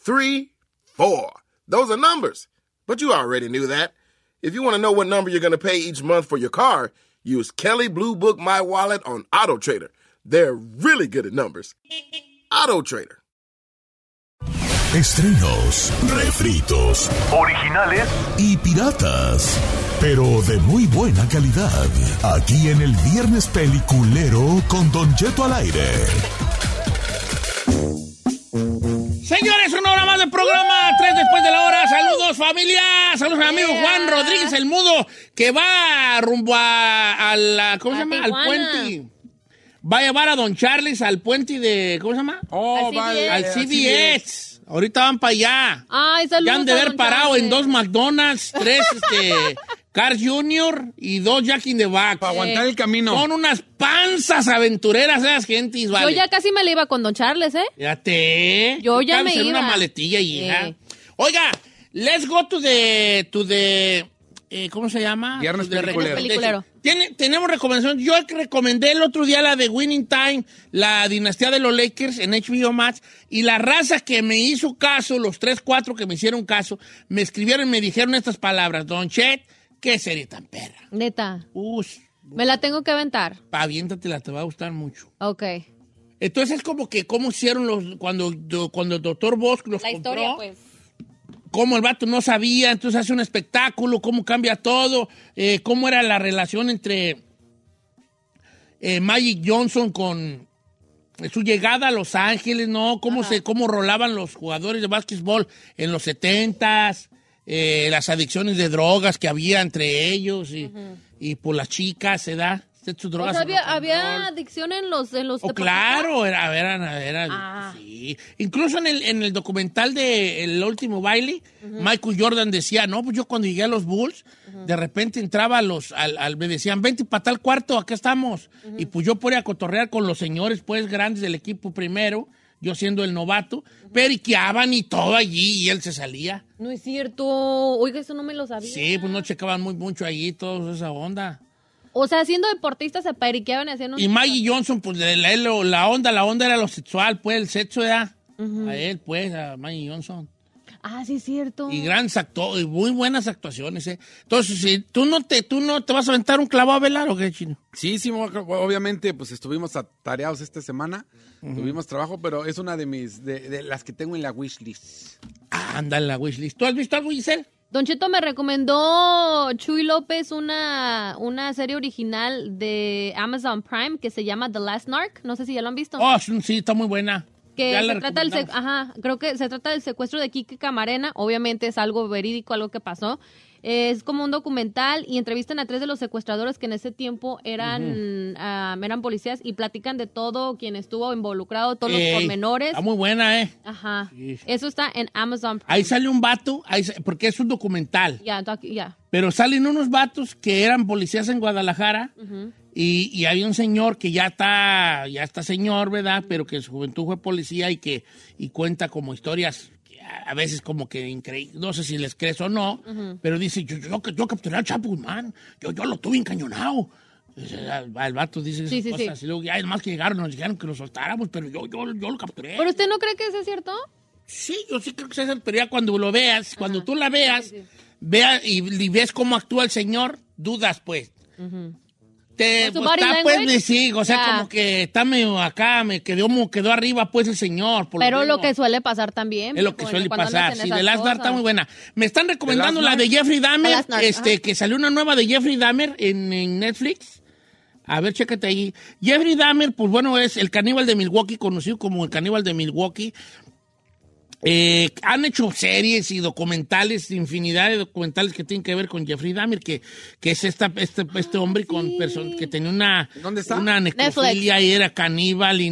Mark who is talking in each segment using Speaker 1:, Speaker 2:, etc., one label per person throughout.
Speaker 1: three, four. Those are numbers. But you already knew that. If you want to know what number you're going to pay each month for your car, use Kelly Blue Book My Wallet on Auto Trader. They're really good at numbers. Auto Trader.
Speaker 2: Estrenos, refritos
Speaker 3: originales
Speaker 2: y piratas, pero de muy buena calidad. Aquí en el Viernes Peliculero con Don Jeto al aire.
Speaker 4: Señores, una hora más de programa, tres después de la hora. Saludos, familia. Saludos, a mi amigo Juan Rodríguez el Mudo, que va rumbo a, a la. ¿Cómo
Speaker 5: A
Speaker 4: se llama?
Speaker 5: Tijuana.
Speaker 4: Al puente. Va a llevar a Don Charles al puente de. ¿Cómo se llama?
Speaker 6: Oh,
Speaker 5: Así
Speaker 6: vale.
Speaker 5: bien.
Speaker 4: al CBS. Ahorita van para allá.
Speaker 5: Ay, Ah, saludos.
Speaker 4: Ya han de
Speaker 5: a
Speaker 4: haber
Speaker 5: don
Speaker 4: parado
Speaker 5: Charles.
Speaker 4: en dos McDonald's, tres este, Cars Jr. y dos Jack in the Box. Eh,
Speaker 6: Para aguantar el camino.
Speaker 4: Son unas panzas aventureras esas gentes,
Speaker 5: Yo
Speaker 4: vale.
Speaker 5: ya casi me le iba con don Charles, ¿eh?
Speaker 4: Fíjate.
Speaker 5: Yo
Speaker 4: Tú
Speaker 5: ya
Speaker 4: cabes
Speaker 5: me
Speaker 4: en una
Speaker 5: iba.
Speaker 4: maletilla y ya.
Speaker 5: Eh.
Speaker 4: Oiga, let's go to the, to the, eh, ¿cómo se llama?
Speaker 6: Viernes
Speaker 4: To the
Speaker 6: peliculero.
Speaker 4: recommendation. Tiene- tenemos recomendación. Yo recomendé el otro día la de Winning Time, la dinastía de los Lakers en HBO Max, y la raza que me hizo caso, los tres, cuatro que me hicieron caso, me escribieron y me dijeron estas palabras. Don Chet, qué serie tan perra.
Speaker 5: Neta.
Speaker 4: Uy,
Speaker 5: Me la tengo que aventar.
Speaker 4: aviéntatela, te va a gustar mucho.
Speaker 5: Ok.
Speaker 4: Entonces es como que cómo hicieron los cuando do- cuando el doctor Bosch los
Speaker 5: La
Speaker 4: compró,
Speaker 5: historia, pues.
Speaker 4: cómo el vato no sabía, entonces hace un espectáculo, cómo cambia todo, eh, cómo era la relación entre eh, Magic Johnson con eh, su llegada a Los Ángeles, ¿no? Cómo se cómo rolaban los jugadores de básquetbol en los 70s, eh, las adicciones de drogas que había entre ellos y, y por las chicas, se da, sus
Speaker 5: O
Speaker 4: drogas.
Speaker 5: sea,
Speaker 4: se
Speaker 5: Pues había,
Speaker 4: rock and roll.
Speaker 5: había adicción en los, en los
Speaker 4: Oh,
Speaker 5: deportes.
Speaker 4: claro, era, era, era-
Speaker 5: Ah.
Speaker 4: sí. Incluso en el, en el documental de El Último Baile, Michael Jordan decía, no, pues yo cuando llegué a los Bulls, de repente entraba a los, al, al- me decían, vente para tal cuarto, acá estamos. Y pues yo podía cotorrear con los señores, pues, grandes del equipo primero, yo siendo el novato, periqueaban y todo allí, y él se salía.
Speaker 5: No es cierto. Oiga, eso no me lo sabía.
Speaker 4: Sí, pues no checaban muy mucho allí, toda esa onda.
Speaker 5: O sea, siendo deportistas se periqueaban y hacían un...
Speaker 4: Y Maggie Johnson, pues de la, lo- la onda, la onda era lo sexual, pues el sexo era a él, pues, a Maggie Johnson.
Speaker 5: Ah, sí es cierto.
Speaker 4: Y grandes acto- y muy buenas actuaciones, ¿eh? Entonces, si tú no te, tú no te vas a aventar un clavo a velar o qué, chino.
Speaker 6: Sí, sí, mo- obviamente, pues estuvimos atareados esta semana. Tuvimos trabajo, pero es una de mis, de, de las que tengo en la wishlist.
Speaker 4: Ah, anda en la wishlist. ¿Tú has visto algo, Giselle?
Speaker 5: Don Cheto me recomendó Chuy López una, una serie original de Amazon Prime que se llama The Last Narc. No sé si ya lo han visto.
Speaker 4: Oh, sí, sí, está muy buena.
Speaker 5: Que
Speaker 4: Ya la
Speaker 5: se trata del sec-
Speaker 4: recomendamos.
Speaker 5: ajá, creo que se trata del secuestro de Quique Camarena, obviamente es algo verídico, algo que pasó. Es como un documental y entrevistan a tres de los secuestradores que en ese tiempo eran ah, eran policías y platican de todo quien estuvo involucrado, todos
Speaker 4: Ey,
Speaker 5: los pormenores.
Speaker 4: Está muy buena, ¿eh?
Speaker 5: Ajá.
Speaker 4: Sí.
Speaker 5: Eso está en Amazon. Prime.
Speaker 4: Ahí sale un vato, ahí sa- porque es un documental.
Speaker 5: Ya, doc- ya.
Speaker 4: Pero salen unos vatos que eran policías en Guadalajara y, y hay un señor que ya está, ya está señor, ¿verdad? Pero que en su juventud fue policía y que y cuenta como historias que a a veces como que increíbles, no sé si les crees o no, pero dice, yo, yo, yo capturé al Chapo Guzmán, yo, yo lo tuve encañonado. O sea, El vato dice esas
Speaker 5: Sí, sí,
Speaker 4: cosas y luego ya además que llegaron nos dijeron que lo soltáramos, pero yo, yo, yo lo capturé.
Speaker 5: ¿Pero usted no cree que eso es cierto?
Speaker 4: Sí, yo sí creo que esa pero ya cuando lo veas, cuando tú la veas, vea y, y ves cómo actúa el señor, dudas pues. Te,
Speaker 5: Con su
Speaker 4: pues,
Speaker 5: body
Speaker 4: está, pues,
Speaker 5: language.
Speaker 4: sí, o sea,
Speaker 5: Ya.
Speaker 4: como que está medio acá, me quedó, como quedó arriba pues el señor. por
Speaker 5: Pero lo
Speaker 4: mismo.
Speaker 5: que suele pasar también.
Speaker 4: Es lo que
Speaker 5: bueno,
Speaker 4: suele
Speaker 5: cuando andas
Speaker 4: pasar.
Speaker 5: en
Speaker 4: Sí,
Speaker 5: esas
Speaker 4: de Last Dark está
Speaker 5: cosas.
Speaker 4: muy buena. Me están recomendando la de Jeffrey
Speaker 5: The
Speaker 4: Dahmer,
Speaker 5: Last Dark,
Speaker 4: este,
Speaker 5: ajá.
Speaker 4: que salió una nueva de Jeffrey Dahmer en, en Netflix. A ver, chécate ahí. Jeffrey Dahmer, pues bueno, es el caníbal de Milwaukee, conocido como el caníbal de Milwaukee. Eh, han hecho series y documentales, infinidad de documentales que tienen que ver con Jeffrey Dahmer, que, que es esta, este,
Speaker 5: Ah,
Speaker 4: este hombre con perso- que tenía una,
Speaker 6: ¿Dónde está?
Speaker 4: una necrofilia y era caníbal y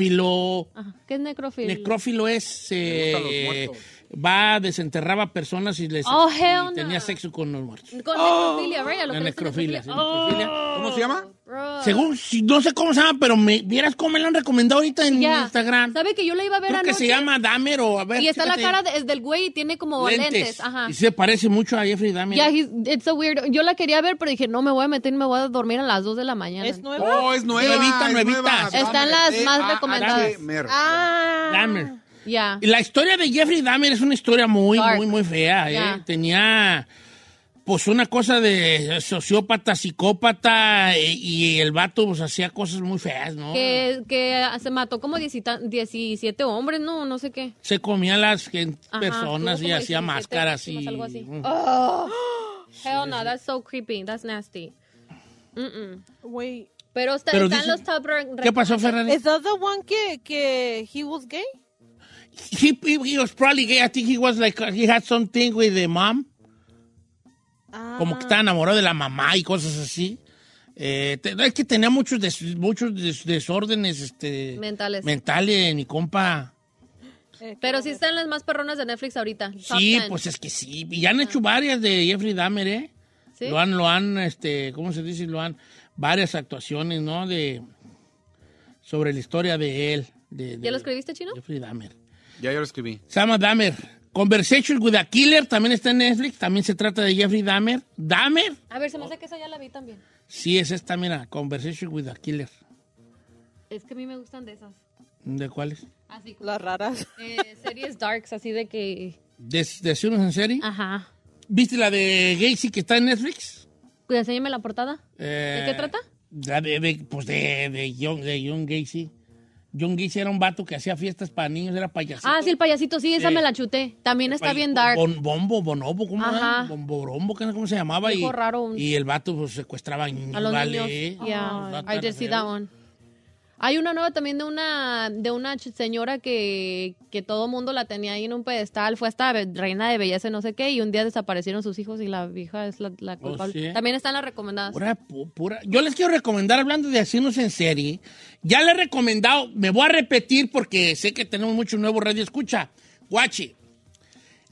Speaker 4: necrófilo.
Speaker 5: Ajá. ¿Qué es necrofil?
Speaker 4: Necrófilo es.
Speaker 6: Le gustan
Speaker 4: eh,
Speaker 6: los muertos.
Speaker 4: va, desenterraba personas y les
Speaker 5: Oh,
Speaker 4: y
Speaker 5: hell no.
Speaker 4: tenía sexo con los muertos.
Speaker 5: Con necrofilia, ¿verdad? Lo
Speaker 4: La
Speaker 5: que le dicen
Speaker 4: necrofilia, sí,
Speaker 5: Oh,
Speaker 4: necrofilia.
Speaker 6: ¿Cómo se llama?
Speaker 5: bro.
Speaker 4: Según, si- no sé cómo se llama, pero me vieras cómo me lo han recomendado ahorita en
Speaker 5: Ya.
Speaker 4: Instagram.
Speaker 5: ¿Sabe que yo la iba a ver
Speaker 4: Creo que
Speaker 5: anoche?
Speaker 4: se llama Dahmer o a ver.
Speaker 5: Y está la
Speaker 4: chécate.
Speaker 5: cara de- del güey y tiene como lentes. Ajá.
Speaker 4: Y se parece mucho a Jeffrey Dahmer.
Speaker 5: Ya, he's- it's a weird. Yo la quería ver, pero dije, no, me voy a meter y me voy a dormir a las 2 de la mañana.
Speaker 3: Es nuevo.
Speaker 6: Oh, es nueva.
Speaker 4: Nuevita,
Speaker 6: es
Speaker 4: nuevita.
Speaker 6: nueva.
Speaker 5: Están las
Speaker 6: Eh,
Speaker 5: más
Speaker 6: ah,
Speaker 5: recomendadas.
Speaker 6: ah, mer.
Speaker 4: Dahmer.
Speaker 5: Ya.
Speaker 4: Y La historia de Jeffrey Dahmer es una historia muy,
Speaker 5: Dark.
Speaker 4: muy, muy fea. ¿eh?
Speaker 5: Ya.
Speaker 4: Tenía, pues, una cosa de sociópata, psicópata, eh, y el vato, pues, hacía cosas muy feas, ¿no?
Speaker 5: Que, que se mató como 17 17 hombres, no, no sé qué.
Speaker 4: Se comía a las gen-
Speaker 5: Ajá,
Speaker 4: personas
Speaker 5: tuvo
Speaker 4: y
Speaker 5: como
Speaker 4: hacía
Speaker 5: 17
Speaker 4: máscaras y...
Speaker 5: víctimas, algo así. Oh.
Speaker 4: Mm.
Speaker 5: Hell no, that's so creepy, that's nasty.
Speaker 3: Wait.
Speaker 5: Pero, está-
Speaker 4: Pero
Speaker 5: están
Speaker 4: dice-
Speaker 5: los top rank-
Speaker 4: ¿Qué pasó, Ferrari?
Speaker 3: Is that the one que, que he was gay?
Speaker 4: He, he- he was probably gay. I think he was like, he had something with the mom.
Speaker 3: Ah.
Speaker 4: como que estaba enamorado de la mamá y cosas así. Eh, te- es que tenía muchos, des- muchos des- desórdenes este,
Speaker 5: Mentales.
Speaker 4: mentales, mi compa.
Speaker 3: Eh,
Speaker 5: Pero sí están las más perronas de Netflix ahorita. top
Speaker 4: Sí,
Speaker 5: 10.
Speaker 4: pues es que sí. Y ya han hecho varias de Jeffrey Dahmer, ¿eh?
Speaker 5: ¿Sí?
Speaker 4: Lo han, lo han, este, ¿cómo se dice? Lo han, varias actuaciones, ¿no? De, sobre la historia de él. De, de-
Speaker 5: ¿Ya lo escribiste, Chino?
Speaker 4: Jeffrey Dahmer.
Speaker 6: Ya, ya lo escribí.
Speaker 4: Sama Dahmer. Conversation with a Killer también está en Netflix. También se trata de Jeffrey Dahmer. ¿Dahmer?
Speaker 5: A ver, se
Speaker 4: Oh.
Speaker 5: me hace que esa ya la vi también.
Speaker 4: Sí, es esta, mira. Conversation with a Killer.
Speaker 5: Es que a mí me gustan de esas.
Speaker 4: ¿De cuáles?
Speaker 5: Así como
Speaker 3: Las raras.
Speaker 5: eh, series darks, así de que...
Speaker 4: ¿De, de Cielos en serie?
Speaker 5: Ajá.
Speaker 4: ¿Viste la de Gacy que está en Netflix?
Speaker 5: Pues, Enséñame la portada.
Speaker 4: Eh,
Speaker 5: ¿De qué trata?
Speaker 4: La de, de- pues de, de, John, de John Gacy. John Gacy era un vato que hacía fiestas para niños, era payasito.
Speaker 5: Ah, sí, el payasito, sí, esa
Speaker 4: Sí.
Speaker 5: me la chuté. También está
Speaker 4: Pay-
Speaker 5: bien dark.
Speaker 4: Bon- bombo, bonobo, ¿cómo
Speaker 5: Ajá.
Speaker 4: era? Bomborombo, ¿qué- ¿cómo se llamaba?
Speaker 5: Viejo
Speaker 4: y,
Speaker 5: raro, un-
Speaker 4: y el vato pues, secuestraba niños,
Speaker 5: A los
Speaker 4: ¿vale?
Speaker 5: niños. Yeah,
Speaker 4: Vato
Speaker 5: I just see
Speaker 4: era
Speaker 5: that one. Hay una nueva también de una de una ch- señora que, que todo mundo la tenía ahí en un pedestal, fue hasta be- reina de belleza, y no sé qué, y un día desaparecieron sus hijos y la vieja es la, la culpable.
Speaker 4: sí, ¿eh?
Speaker 5: También están las recomendadas.
Speaker 4: Pura, pu- pura. Yo les quiero recomendar, hablando de hacernos en serie, ya les he recomendado, me voy a repetir porque sé que tenemos mucho nuevo radio escucha. Guachi,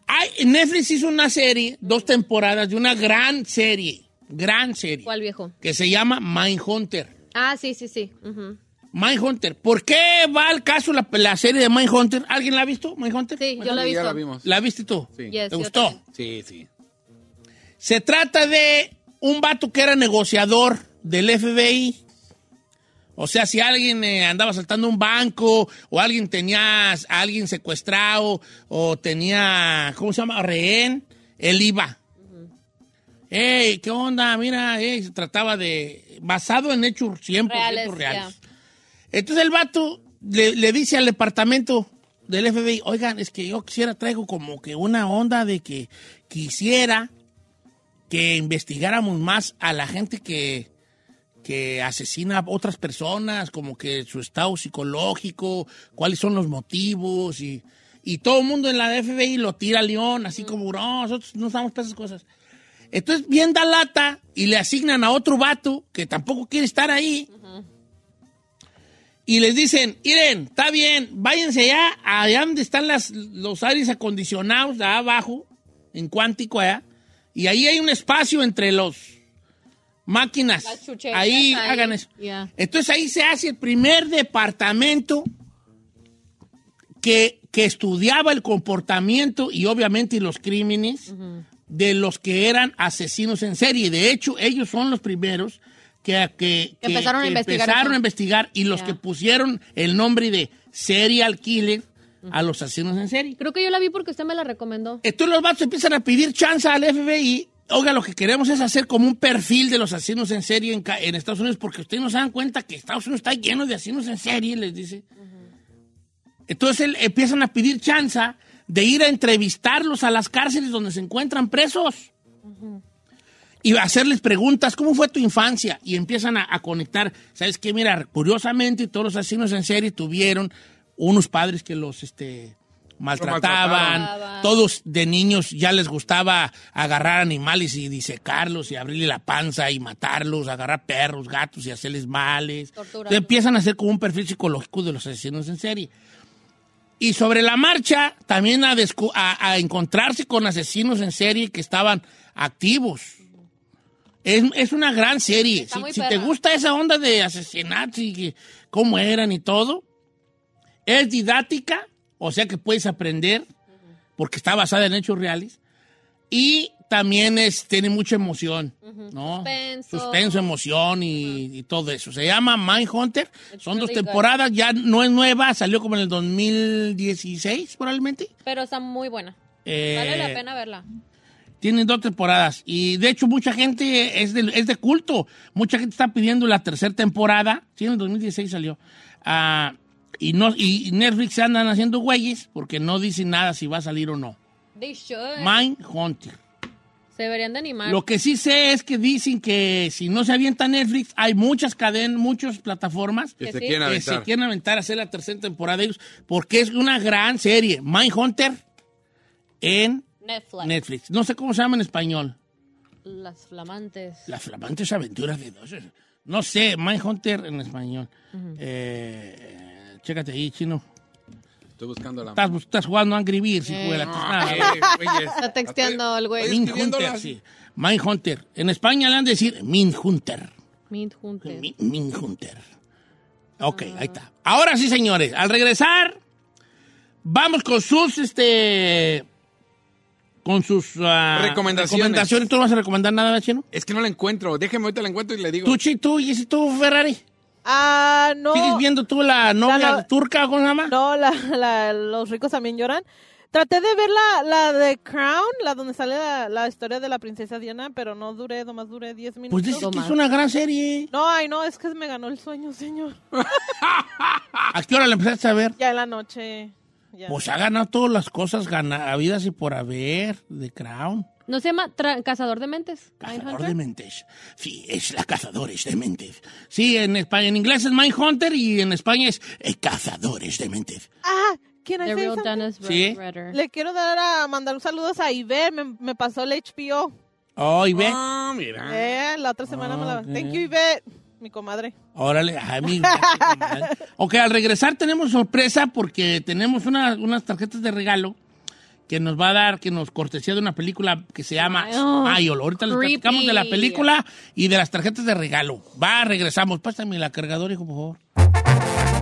Speaker 4: hay, Netflix hizo una serie, dos temporadas de una gran serie, gran serie,
Speaker 5: ¿Cuál viejo?
Speaker 4: que se llama Mindhunter.
Speaker 5: Ah, sí, sí, sí. ujú.
Speaker 4: Mindhunter, ¿por qué va al caso la, la serie de Mindhunter? ¿Alguien la ha visto, Mindhunter?
Speaker 5: Sí, yo
Speaker 6: Ya
Speaker 5: la he visto.
Speaker 6: la vimos.
Speaker 4: ¿La viste tú?
Speaker 6: Sí.
Speaker 5: Yes,
Speaker 4: ¿Te
Speaker 5: yo
Speaker 4: gustó?
Speaker 5: también.
Speaker 6: Sí, sí.
Speaker 4: Se trata de un vato que era negociador del FBI. O sea, si alguien eh, andaba saltando un banco o alguien tenía a alguien secuestrado o tenía, ¿cómo se llama? Rehén, él iba. Ey, ¿qué onda? Mira, ey, se trataba de... Basado en hechos 100%
Speaker 5: Reales,
Speaker 4: reales. Entonces el vato le, le dice al departamento del FBI, oigan, es que yo quisiera, traigo como que una onda de que quisiera que investigáramos más a la gente que, que asesina a otras personas, como que su estado psicológico, cuáles son los motivos y, y todo el mundo en la FBI lo tira a León, así como, no, nosotros no estamos para esas cosas. Entonces bien da lata y le asignan a otro vato que tampoco quiere estar ahí y les dicen, miren, está bien, váyanse ya allá donde están las, los aires acondicionados, allá abajo, en cuántico allá, y ahí hay un espacio entre los máquinas.
Speaker 5: Las chucherías
Speaker 4: ahí,
Speaker 5: ahí,
Speaker 4: hagan eso.
Speaker 5: ya.
Speaker 4: Entonces ahí se hace el primer departamento que, que estudiaba el comportamiento y obviamente los crímenes de los que eran asesinos en serie. De hecho, ellos son los primeros que, que- que-
Speaker 5: Empezaron a
Speaker 4: que
Speaker 5: investigar
Speaker 4: empezaron
Speaker 5: eso.
Speaker 4: a investigar y los
Speaker 5: Ya.
Speaker 4: que pusieron el nombre de serial killer a los asesinos en serie.
Speaker 5: Creo que yo la vi porque usted me la recomendó.
Speaker 4: Entonces los vatos empiezan a pedir chance al FBI. Oiga, lo que queremos es hacer como un perfil de los asesinos en serie en, ca- en Estados Unidos, porque ustedes no se dan cuenta que Estados Unidos está lleno de asesinos en serie, les dice. Entonces él- empiezan a pedir chance de ir a entrevistarlos a las cárceles donde se encuentran presos. Y hacerles preguntas, ¿cómo fue tu infancia? Y empiezan a, a conectar. ¿Sabes qué? Mira, curiosamente todos los asesinos en serie tuvieron unos padres que los este, maltrataban.
Speaker 5: maltrataban.
Speaker 4: Todos de niños ya les gustaba agarrar animales y disecarlos y abrirle la panza y matarlos, agarrar perros, gatos y hacerles males.
Speaker 5: Tortura.
Speaker 4: Entonces empiezan a hacer como un perfil psicológico de los asesinos en serie. Y sobre la marcha, también a, descu- a- a encontrarse con asesinos en serie que estaban activos. Es, es una gran serie.
Speaker 5: Está
Speaker 4: Si-
Speaker 5: muy
Speaker 4: si te
Speaker 5: perra.
Speaker 4: gusta esa onda de asesinatos y que- cómo eran y todo, es didáctica, o sea que puedes aprender, porque está basada en hechos reales. Y también es, tiene mucha emoción, ¿no?
Speaker 5: Suspenso.
Speaker 4: Suspenso, emoción y, y todo eso. Se llama Mindhunter.
Speaker 5: It's
Speaker 4: Son dos
Speaker 5: really good.
Speaker 4: temporadas, ya no es nueva, salió como en el 2016 probablemente.
Speaker 5: Pero está muy buena.
Speaker 4: Eh,
Speaker 5: Vale la pena verla.
Speaker 4: Tienen dos temporadas. Y de hecho, mucha gente es de, es de culto. Mucha gente está pidiendo la tercera temporada. Sí, en el 2016 salió. Ah, y, no, y Netflix andan haciendo güeyes porque no dicen nada si va a salir o no.
Speaker 5: They should.
Speaker 4: Mind Hunter.
Speaker 5: Se deberían de animar.
Speaker 4: Lo que sí sé es que dicen que si no se avienta Netflix, hay muchas cadenas, muchas plataformas
Speaker 6: Que
Speaker 5: Que
Speaker 6: se
Speaker 5: sí.
Speaker 6: quieren
Speaker 4: que se
Speaker 6: aventar.
Speaker 4: quieren aventar a hacer la tercera temporada de ellos porque es una gran serie. Mind Hunter en
Speaker 5: Netflix.
Speaker 4: Netflix. No sé cómo se llama en español.
Speaker 5: Las flamantes.
Speaker 4: Las flamantes aventuras de dos. No sé, Mindhunter en español. Eh, chécate ahí, chino.
Speaker 6: Estoy buscando la. Ah, eh,
Speaker 4: Estás, estás jugando Angry Birds, hijo de la tostada.
Speaker 5: Eh. Está texteando el güey.
Speaker 4: Mindhunter, sí. Mindhunter. En España le han de decir Mindhunter.
Speaker 5: Mint Hunter.
Speaker 4: Mi- Mindhunter. Ok, ahí está. Ahora sí, señores, al regresar, vamos con sus, este... Con sus ah,
Speaker 6: Recomendaciones.
Speaker 4: recomendaciones. ¿Tú no vas a recomendar nada, chino?
Speaker 6: Es que no la encuentro. Déjeme, ahorita la encuentro y le digo.
Speaker 4: ¿Tú, Chi, tú, y si tú, Ferrari?
Speaker 3: Ah, no.
Speaker 4: ¿Sigues viendo tú la novia
Speaker 3: La no-
Speaker 4: turca con mamá?
Speaker 3: No, la, la- los ricos también lloran. Traté de ver la, la de Crown, la donde sale la, la historia de la princesa Diana, pero no duré, nomás duré 10
Speaker 4: Pues
Speaker 3: minutos.
Speaker 4: dice que
Speaker 5: Tomás.
Speaker 4: es una gran serie.
Speaker 3: No, ay, no, es que me ganó el sueño, señor.
Speaker 6: Ah.
Speaker 4: ¿A qué hora la empezaste a ver?
Speaker 3: Ya en la noche. ya.
Speaker 4: Pues ha ganado todas las cosas gana- habidas y por haber de Crown.
Speaker 5: ¿No se llama Tra- Cazador de Mentes?
Speaker 4: Cazador
Speaker 5: Mindhunter.
Speaker 4: de mentes. Sí, es la cazadores de mentes. Sí, en España, en inglés es Mindhunter y en España es eh, cazadores de mentes.
Speaker 3: Ah, ¿quién
Speaker 5: The
Speaker 3: hace
Speaker 5: Real Dennis
Speaker 4: Sí.
Speaker 5: Redder.
Speaker 3: Le quiero dar a mandar un saludos a Iber, me, me pasó el HBO.
Speaker 4: Oh, y ve.
Speaker 6: Ah, mira.
Speaker 3: Eh, la otra semana me la.
Speaker 4: ok.
Speaker 3: Thank you, Iber, mi comadre.
Speaker 4: Órale, ay, mi madre. Ok, al regresar tenemos sorpresa porque tenemos una- unas tarjetas de regalo que nos va a dar, que nos cortesía de una película que se llama
Speaker 5: Ay, oh,
Speaker 4: Smile. Ahorita les
Speaker 5: creepy.
Speaker 4: platicamos de la película y de las tarjetas de regalo. Va, regresamos. Pásame la cargadora, hijo, por favor.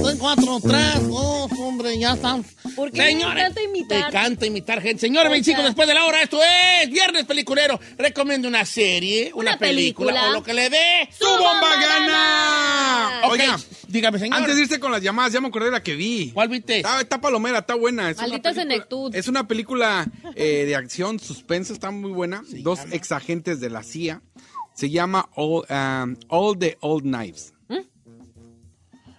Speaker 4: Soy cuatro, tres, dos, hombre, ya estamos.
Speaker 5: ¿Por qué me encanta imitar?
Speaker 4: Me encanta imitar gente. Señores, 25 después de la hora, esto es Viernes Peliculero. Recomiendo una serie, una,
Speaker 5: Una
Speaker 4: película,
Speaker 5: película.
Speaker 4: o lo que le dé.
Speaker 6: ¡Su bomba gana!
Speaker 5: gana!
Speaker 4: Ok,
Speaker 6: Ah, Oiga,
Speaker 4: dígame, señor.
Speaker 6: antes de irse con las llamadas, ya me acordé de la que vi.
Speaker 4: ¿Cuál viste?
Speaker 6: Está, está palomera, está buena. Es una
Speaker 5: Malditos
Speaker 6: película-
Speaker 5: senectud.
Speaker 6: Es una película eh, de acción, suspenso, está muy buena. Dos ex agentes de la CIA. Se llama All, um, All the Old Knives.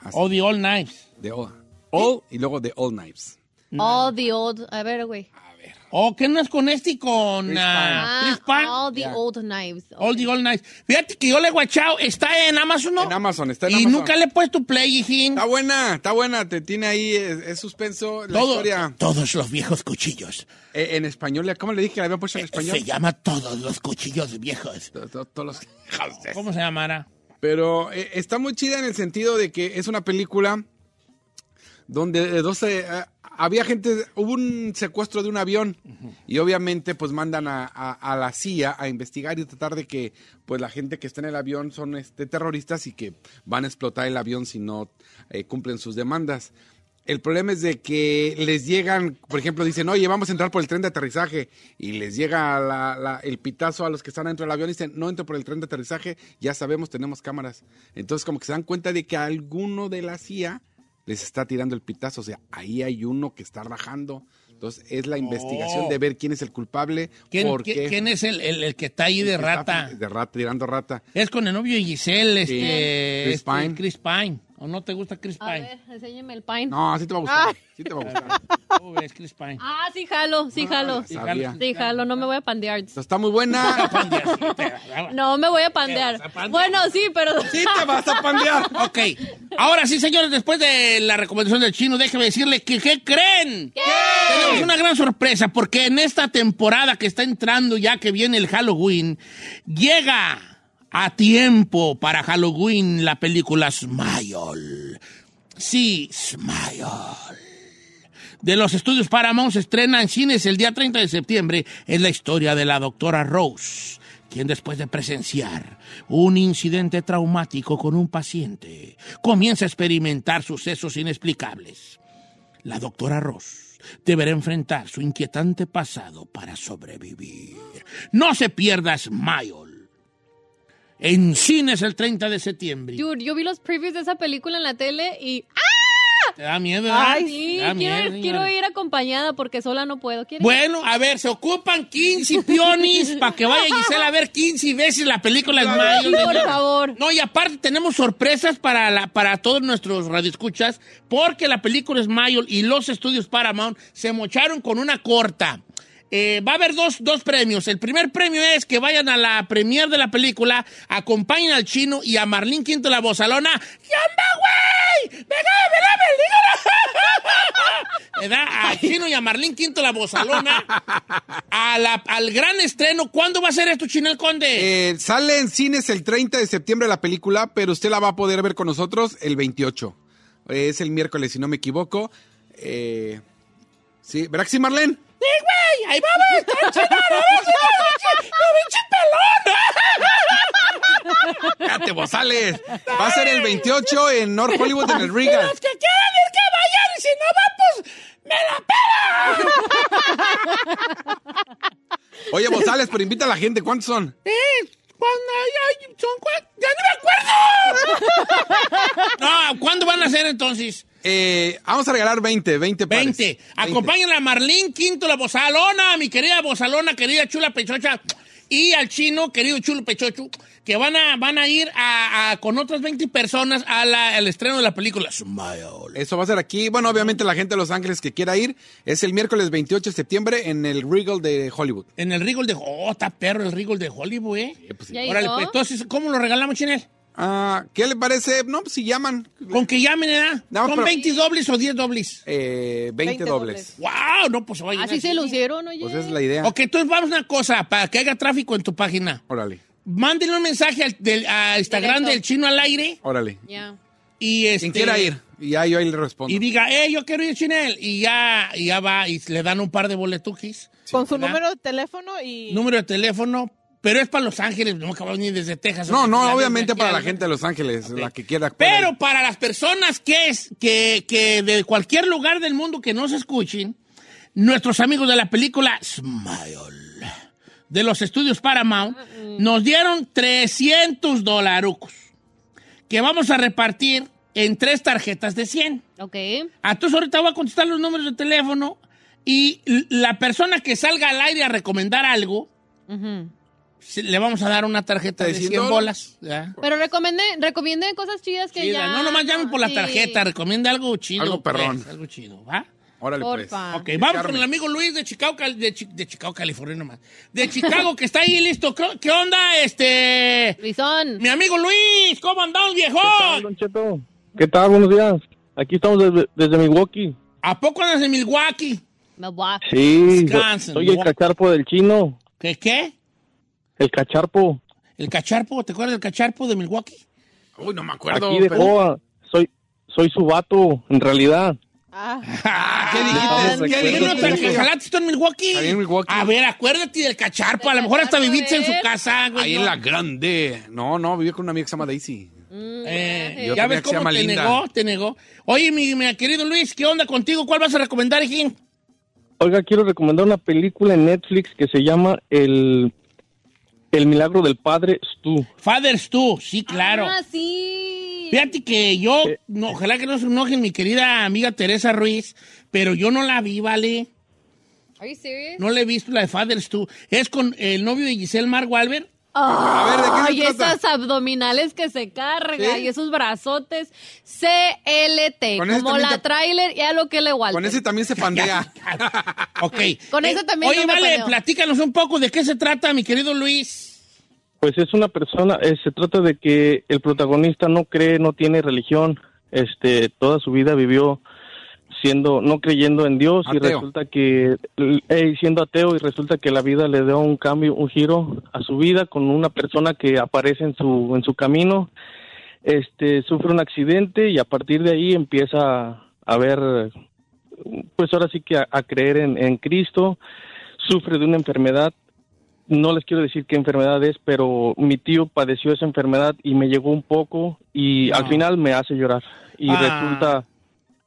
Speaker 6: Así,
Speaker 4: O The All Knives.
Speaker 6: de All, All y luego The Old Knives.
Speaker 5: All the old. A ver, güey.
Speaker 6: A ver.
Speaker 4: Oh, ¿qué no es con este y con
Speaker 6: Chris
Speaker 4: ah, Chris Pine?
Speaker 5: Ah, all the
Speaker 6: Yeah.
Speaker 5: old knives.
Speaker 4: All the All Night. Fíjate que yo le he guachado. Está en Amazon, ¿no?
Speaker 6: En Amazon, está en
Speaker 4: y
Speaker 6: Amazon.
Speaker 4: nunca le he puesto play, hijín.
Speaker 6: Está buena, está buena, te tiene ahí, es, es suspenso la
Speaker 4: Todo-
Speaker 6: historia.
Speaker 4: todos los viejos cuchillos.
Speaker 6: Eh, en español, ¿le- ¿cómo le dije que la había puesto en español?
Speaker 4: Eh, Se llama Todos los cuchillos viejos.
Speaker 6: To- to- todos los hijos de-
Speaker 4: ¿Cómo se llamará?
Speaker 6: Pero eh, está muy chida en el sentido de que es una película donde eh, dos, eh, ah, había gente, hubo un secuestro de un avión y obviamente pues mandan a, a- a la CIA a investigar y tratar de que pues la gente que está en el avión son este, terroristas y que van a explotar el avión si no eh, cumplen sus demandas. El problema es de que les llegan, por ejemplo, dicen, oye, vamos a entrar por el tren de aterrizaje. Y les llega la- la- el pitazo a los que están dentro del avión y dicen, no entre por el tren de aterrizaje, ya sabemos, tenemos cámaras. Entonces, como que se dan cuenta de que a alguno de la CIA les está tirando el pitazo. O sea, ahí hay uno que está rajando. Entonces, es la investigación de ver quién es el culpable,
Speaker 4: Oh. ¿Quién,
Speaker 6: por
Speaker 4: qui-
Speaker 6: qué.
Speaker 4: quién es el, el- el que está ahí
Speaker 6: el
Speaker 4: de
Speaker 6: que está
Speaker 4: rata?
Speaker 6: De rata, tirando rata.
Speaker 4: Es con el novio de Giselle,
Speaker 6: Sí.
Speaker 4: este,
Speaker 6: Chris
Speaker 4: este,
Speaker 6: Pine.
Speaker 4: Chris Pine. ¿O no te gusta Chris
Speaker 5: A
Speaker 4: Pine?
Speaker 5: ver, enséñeme el pine.
Speaker 6: No, sí te va a gustar. Sí te va a gustar.
Speaker 4: ¿Cómo ves Chris Pine?
Speaker 5: Ah, sí jalo, sí jalo.
Speaker 6: ya sabía.
Speaker 5: Sí jalo, no me voy a pandear.
Speaker 6: Entonces, está muy buena.
Speaker 5: No me voy a
Speaker 4: Ah, ¿Te vas a
Speaker 5: pandear.
Speaker 4: pandear?
Speaker 5: Bueno, sí, pero...
Speaker 6: sí te vas a pandear.
Speaker 4: Ok. Ahora sí, señores, después de la recomendación del chino, déjeme decirle que ¿qué creen? Tenemos una gran sorpresa porque en esta temporada que está entrando ya que viene el Halloween, llega a tiempo para Halloween la película Smile. Sí, Smile. de los estudios Paramount se estrena en cines el día 30 de septiembre es la historia de la doctora Rose, quien después de presenciar un incidente traumático con un paciente, comienza a experimentar sucesos inexplicables. La doctora Ross deberá enfrentar su inquietante pasado para sobrevivir. No se pierda Smile. En cines el 30 de septiembre.
Speaker 5: Dude, yo vi los previews de esa película en la tele y...
Speaker 4: Te da miedo, ¿verdad?
Speaker 5: ¡Ah!
Speaker 4: Te
Speaker 5: Sí,
Speaker 4: da miedo,
Speaker 5: quiero, ir, quiero
Speaker 4: señora.
Speaker 5: ir acompañada porque sola no puedo. ¿Quieres?
Speaker 4: Bueno, a ver, se ocupan 15 pionis para que vaya Gisela a ver 15 veces la película Smile.
Speaker 5: Por
Speaker 4: señora.
Speaker 5: favor.
Speaker 4: No, y aparte tenemos sorpresas para, la, para todos nuestros radioescuchas, porque la película Smile y los estudios Paramount se mocharon con una corta. Eh, va a haber dos, dos premios. El primer premio es que vayan a la premier de la película, acompañen al chino y a Marlín Quinto la bozalona. ¡Yamba, güey! ¡Venga, venga, venga! ¿Verdad? A Chino y a Marlín Quinto la bozalona. A la- al gran estreno. ¿Cuándo va a ser esto, Chinel Conde?
Speaker 6: Eh, sale en cines el 30 de septiembre la película, pero usted la va a poder ver con nosotros el 28. Eh, es el miércoles, si no me equivoco. Eh, sí, ¿verdad que sí, Marlene?
Speaker 4: ¡Ey, ahí vamos! ¡Está chida! ¡No
Speaker 6: ¡Cállate, vos sales! Va a ser el 28 en North Hollywood, en el Regal.
Speaker 4: ¡Los que quieran ir, que vayan! Y si no va, pues, me la pela.
Speaker 6: Oye, vos sales, pero invita a la gente. ¿Cuántos son?
Speaker 4: Eh, cuando ya son cua- ¡Ya no me acuerdo! no, ¿cuándo van a ser entonces?
Speaker 6: Eh, vamos a regalar 20, 20 pares.
Speaker 4: 20. Acompañen a Marlín Quinto, la bozalona, mi querida bozalona, querida chula pechocha, y al chino, querido chulo pechocho, que van a, van a ir a- a- con otras 20 personas a la- al estreno de la película. Smile.
Speaker 6: Eso va a ser aquí. Bueno, obviamente la gente de Los Ángeles que quiera ir es el miércoles 28 de septiembre en el Regal de Hollywood.
Speaker 4: En el Regal de... ¡Oh, está perro el Regal de Hollywood, eh!
Speaker 5: Ya
Speaker 4: Órale,
Speaker 5: llegó.
Speaker 4: pues, entonces, ¿cómo lo regalamos, Chinel?
Speaker 6: Ah, ¿Qué le parece? No, pues si llaman.
Speaker 4: Con que llamen, ¿verdad?
Speaker 6: No,
Speaker 4: ¿Son
Speaker 6: pero-
Speaker 4: 20 dobles o 10 dobles?
Speaker 6: Eh, 20,
Speaker 3: 20
Speaker 6: dobles.
Speaker 4: ¡Wow! No, pues se va a llenar.
Speaker 5: Así se lucieron, oye.
Speaker 6: Pues esa es la idea.
Speaker 4: Ok, entonces vamos a una cosa, para que haga tráfico en tu página.
Speaker 6: Órale,
Speaker 4: Mándenle un mensaje al, del- a Instagram
Speaker 5: Directo.
Speaker 4: del chino al aire
Speaker 6: órale.
Speaker 5: Ya.
Speaker 4: y este...
Speaker 6: Quien quiera ir, y ahí yo ahí le respondo.
Speaker 4: Y diga, eh, yo quiero ir Chinel. Y ya, y ya va, y le dan un par de boletuquis.
Speaker 3: Con su
Speaker 4: ¿verdad?
Speaker 3: número de teléfono y...
Speaker 4: Número de teléfono, pero es para Los Ángeles, no acabamos ni desde Texas.
Speaker 6: no, no,
Speaker 4: Desde
Speaker 6: obviamente
Speaker 4: aquí
Speaker 6: para la
Speaker 4: al-
Speaker 6: gente de Los Ángeles, la que quiera. puede
Speaker 4: Pero
Speaker 6: ir.
Speaker 4: para las personas que, es, que, que de cualquier lugar del mundo que nos escuchen, nuestros amigos de la película Smile, de los estudios Paramount, nos dieron 300 dolarucos que vamos a repartir en tres tarjetas de 100.
Speaker 5: Ok.
Speaker 4: Entonces ahorita voy a contestar los números de teléfono y l- la persona que salga al aire a recomendar algo,
Speaker 5: Ujú.
Speaker 4: se- le vamos a dar una tarjeta de
Speaker 6: 300
Speaker 4: 100
Speaker 6: dólares.
Speaker 4: bolas. ¿ya?
Speaker 5: Pero recomiende, recomienden cosas chidas que
Speaker 4: Chida.
Speaker 5: ya...
Speaker 4: No, nomás llamen por la
Speaker 5: Sí.
Speaker 4: tarjeta, recomienda algo chido.
Speaker 6: Algo perrón.
Speaker 4: pues, algo chido, ¿va?
Speaker 6: Órale,
Speaker 5: Porfa.
Speaker 6: pues.
Speaker 4: Ok, vamos
Speaker 6: Carmen.
Speaker 4: con el amigo Luis de Chicago, Cal- de, Chi- de Chicago, California nomás. De Chicago, que está ahí listo. Cro- ¿Qué onda, este?
Speaker 5: Luisón.
Speaker 4: Mi amigo Luis, ¿cómo andamos, viejón?
Speaker 7: ¿Qué tal? Buenos días. Aquí estamos desde, desde Milwaukee.
Speaker 4: ¿A poco andas en Milwaukee?
Speaker 5: Milwaukee.
Speaker 7: Sí, yo-
Speaker 4: Wisconsin,
Speaker 7: soy el
Speaker 4: Milwaukee.
Speaker 7: cacharpo del chino.
Speaker 4: ¿Qué, qué?
Speaker 7: El cacharpo.
Speaker 4: ¿El cacharpo? ¿Te acuerdas del cacharpo de Milwaukee?
Speaker 6: Uy, no me acuerdo.
Speaker 7: Aquí de
Speaker 6: pero-
Speaker 7: Coa. Soy, soy su vato, en realidad.
Speaker 3: Ah,
Speaker 6: ¿Qué
Speaker 4: Ah,
Speaker 6: dijiste?
Speaker 4: ¿Qué
Speaker 6: ¿Qué
Speaker 4: dijiste?
Speaker 6: dijiste?
Speaker 4: ¿Que jalaste tú en Milwaukee?
Speaker 6: Ahí en Milwaukee.
Speaker 4: A ver, acuérdate del cacharpo. A lo mejor hasta
Speaker 5: Cacharpo,
Speaker 4: viviste en su
Speaker 5: ¿eh?
Speaker 4: casa, güey.
Speaker 6: Ahí
Speaker 4: ¿no?
Speaker 6: en la grande. No, no, vivía con una amiga que se llama Daisy.
Speaker 5: Mm,
Speaker 4: Eh,
Speaker 6: Yo
Speaker 4: ya
Speaker 6: tenía
Speaker 4: ves
Speaker 6: que se
Speaker 4: cómo
Speaker 6: llama
Speaker 4: te
Speaker 6: Linda.
Speaker 4: negó, te negó. Oye, mi, mi querido Luis, ¿qué onda contigo? ¿Cuál vas a recomendar, Jim?
Speaker 7: Oiga, quiero recomendar una película en Netflix que se llama El, el Milagro del Padre Stu.
Speaker 4: Fathers tú, sí, claro.
Speaker 5: Ah, sí.
Speaker 4: Fíjate que yo, no, ojalá que no se enojen mi querida amiga Teresa Ruiz, pero yo no la vi, ¿vale?
Speaker 5: Are you serious?
Speaker 4: No la he visto, la de Fathers tú. Es con el novio de Giselle Mark Wahlberg.
Speaker 6: A ver, ¿de qué se
Speaker 5: Ah, Ay,
Speaker 6: trata?
Speaker 5: esas abdominales que se carga
Speaker 6: ¿Sí?
Speaker 5: y esos brazotes. CLT.
Speaker 6: Con ese
Speaker 5: como
Speaker 6: también
Speaker 5: la
Speaker 6: te-
Speaker 5: trailer y a lo que le igual.
Speaker 6: Con ese también se pandea.
Speaker 4: Ok.
Speaker 5: Con
Speaker 4: Eh,
Speaker 5: eso también
Speaker 4: Oye,
Speaker 5: no me
Speaker 4: vale,
Speaker 5: peleo.
Speaker 4: platícanos un poco de qué se trata, mi querido Luis.
Speaker 7: Pues es una persona, eh, se trata de que el protagonista no cree, no tiene religión, este, toda su vida vivió siendo, no creyendo en Dios y
Speaker 6: Ateo.
Speaker 7: resulta que, eh, siendo ateo y resulta que la vida le dio un cambio, un giro a su vida con una persona que aparece en su, en su camino, este, sufre un accidente y a partir de ahí empieza a ver, pues ahora sí que a, a creer en, en Cristo, sufre de una enfermedad no les quiero decir qué enfermedad es, pero mi tío padeció esa enfermedad y me llegó un poco y al final me hace llorar. Y
Speaker 4: Ah.
Speaker 7: resulta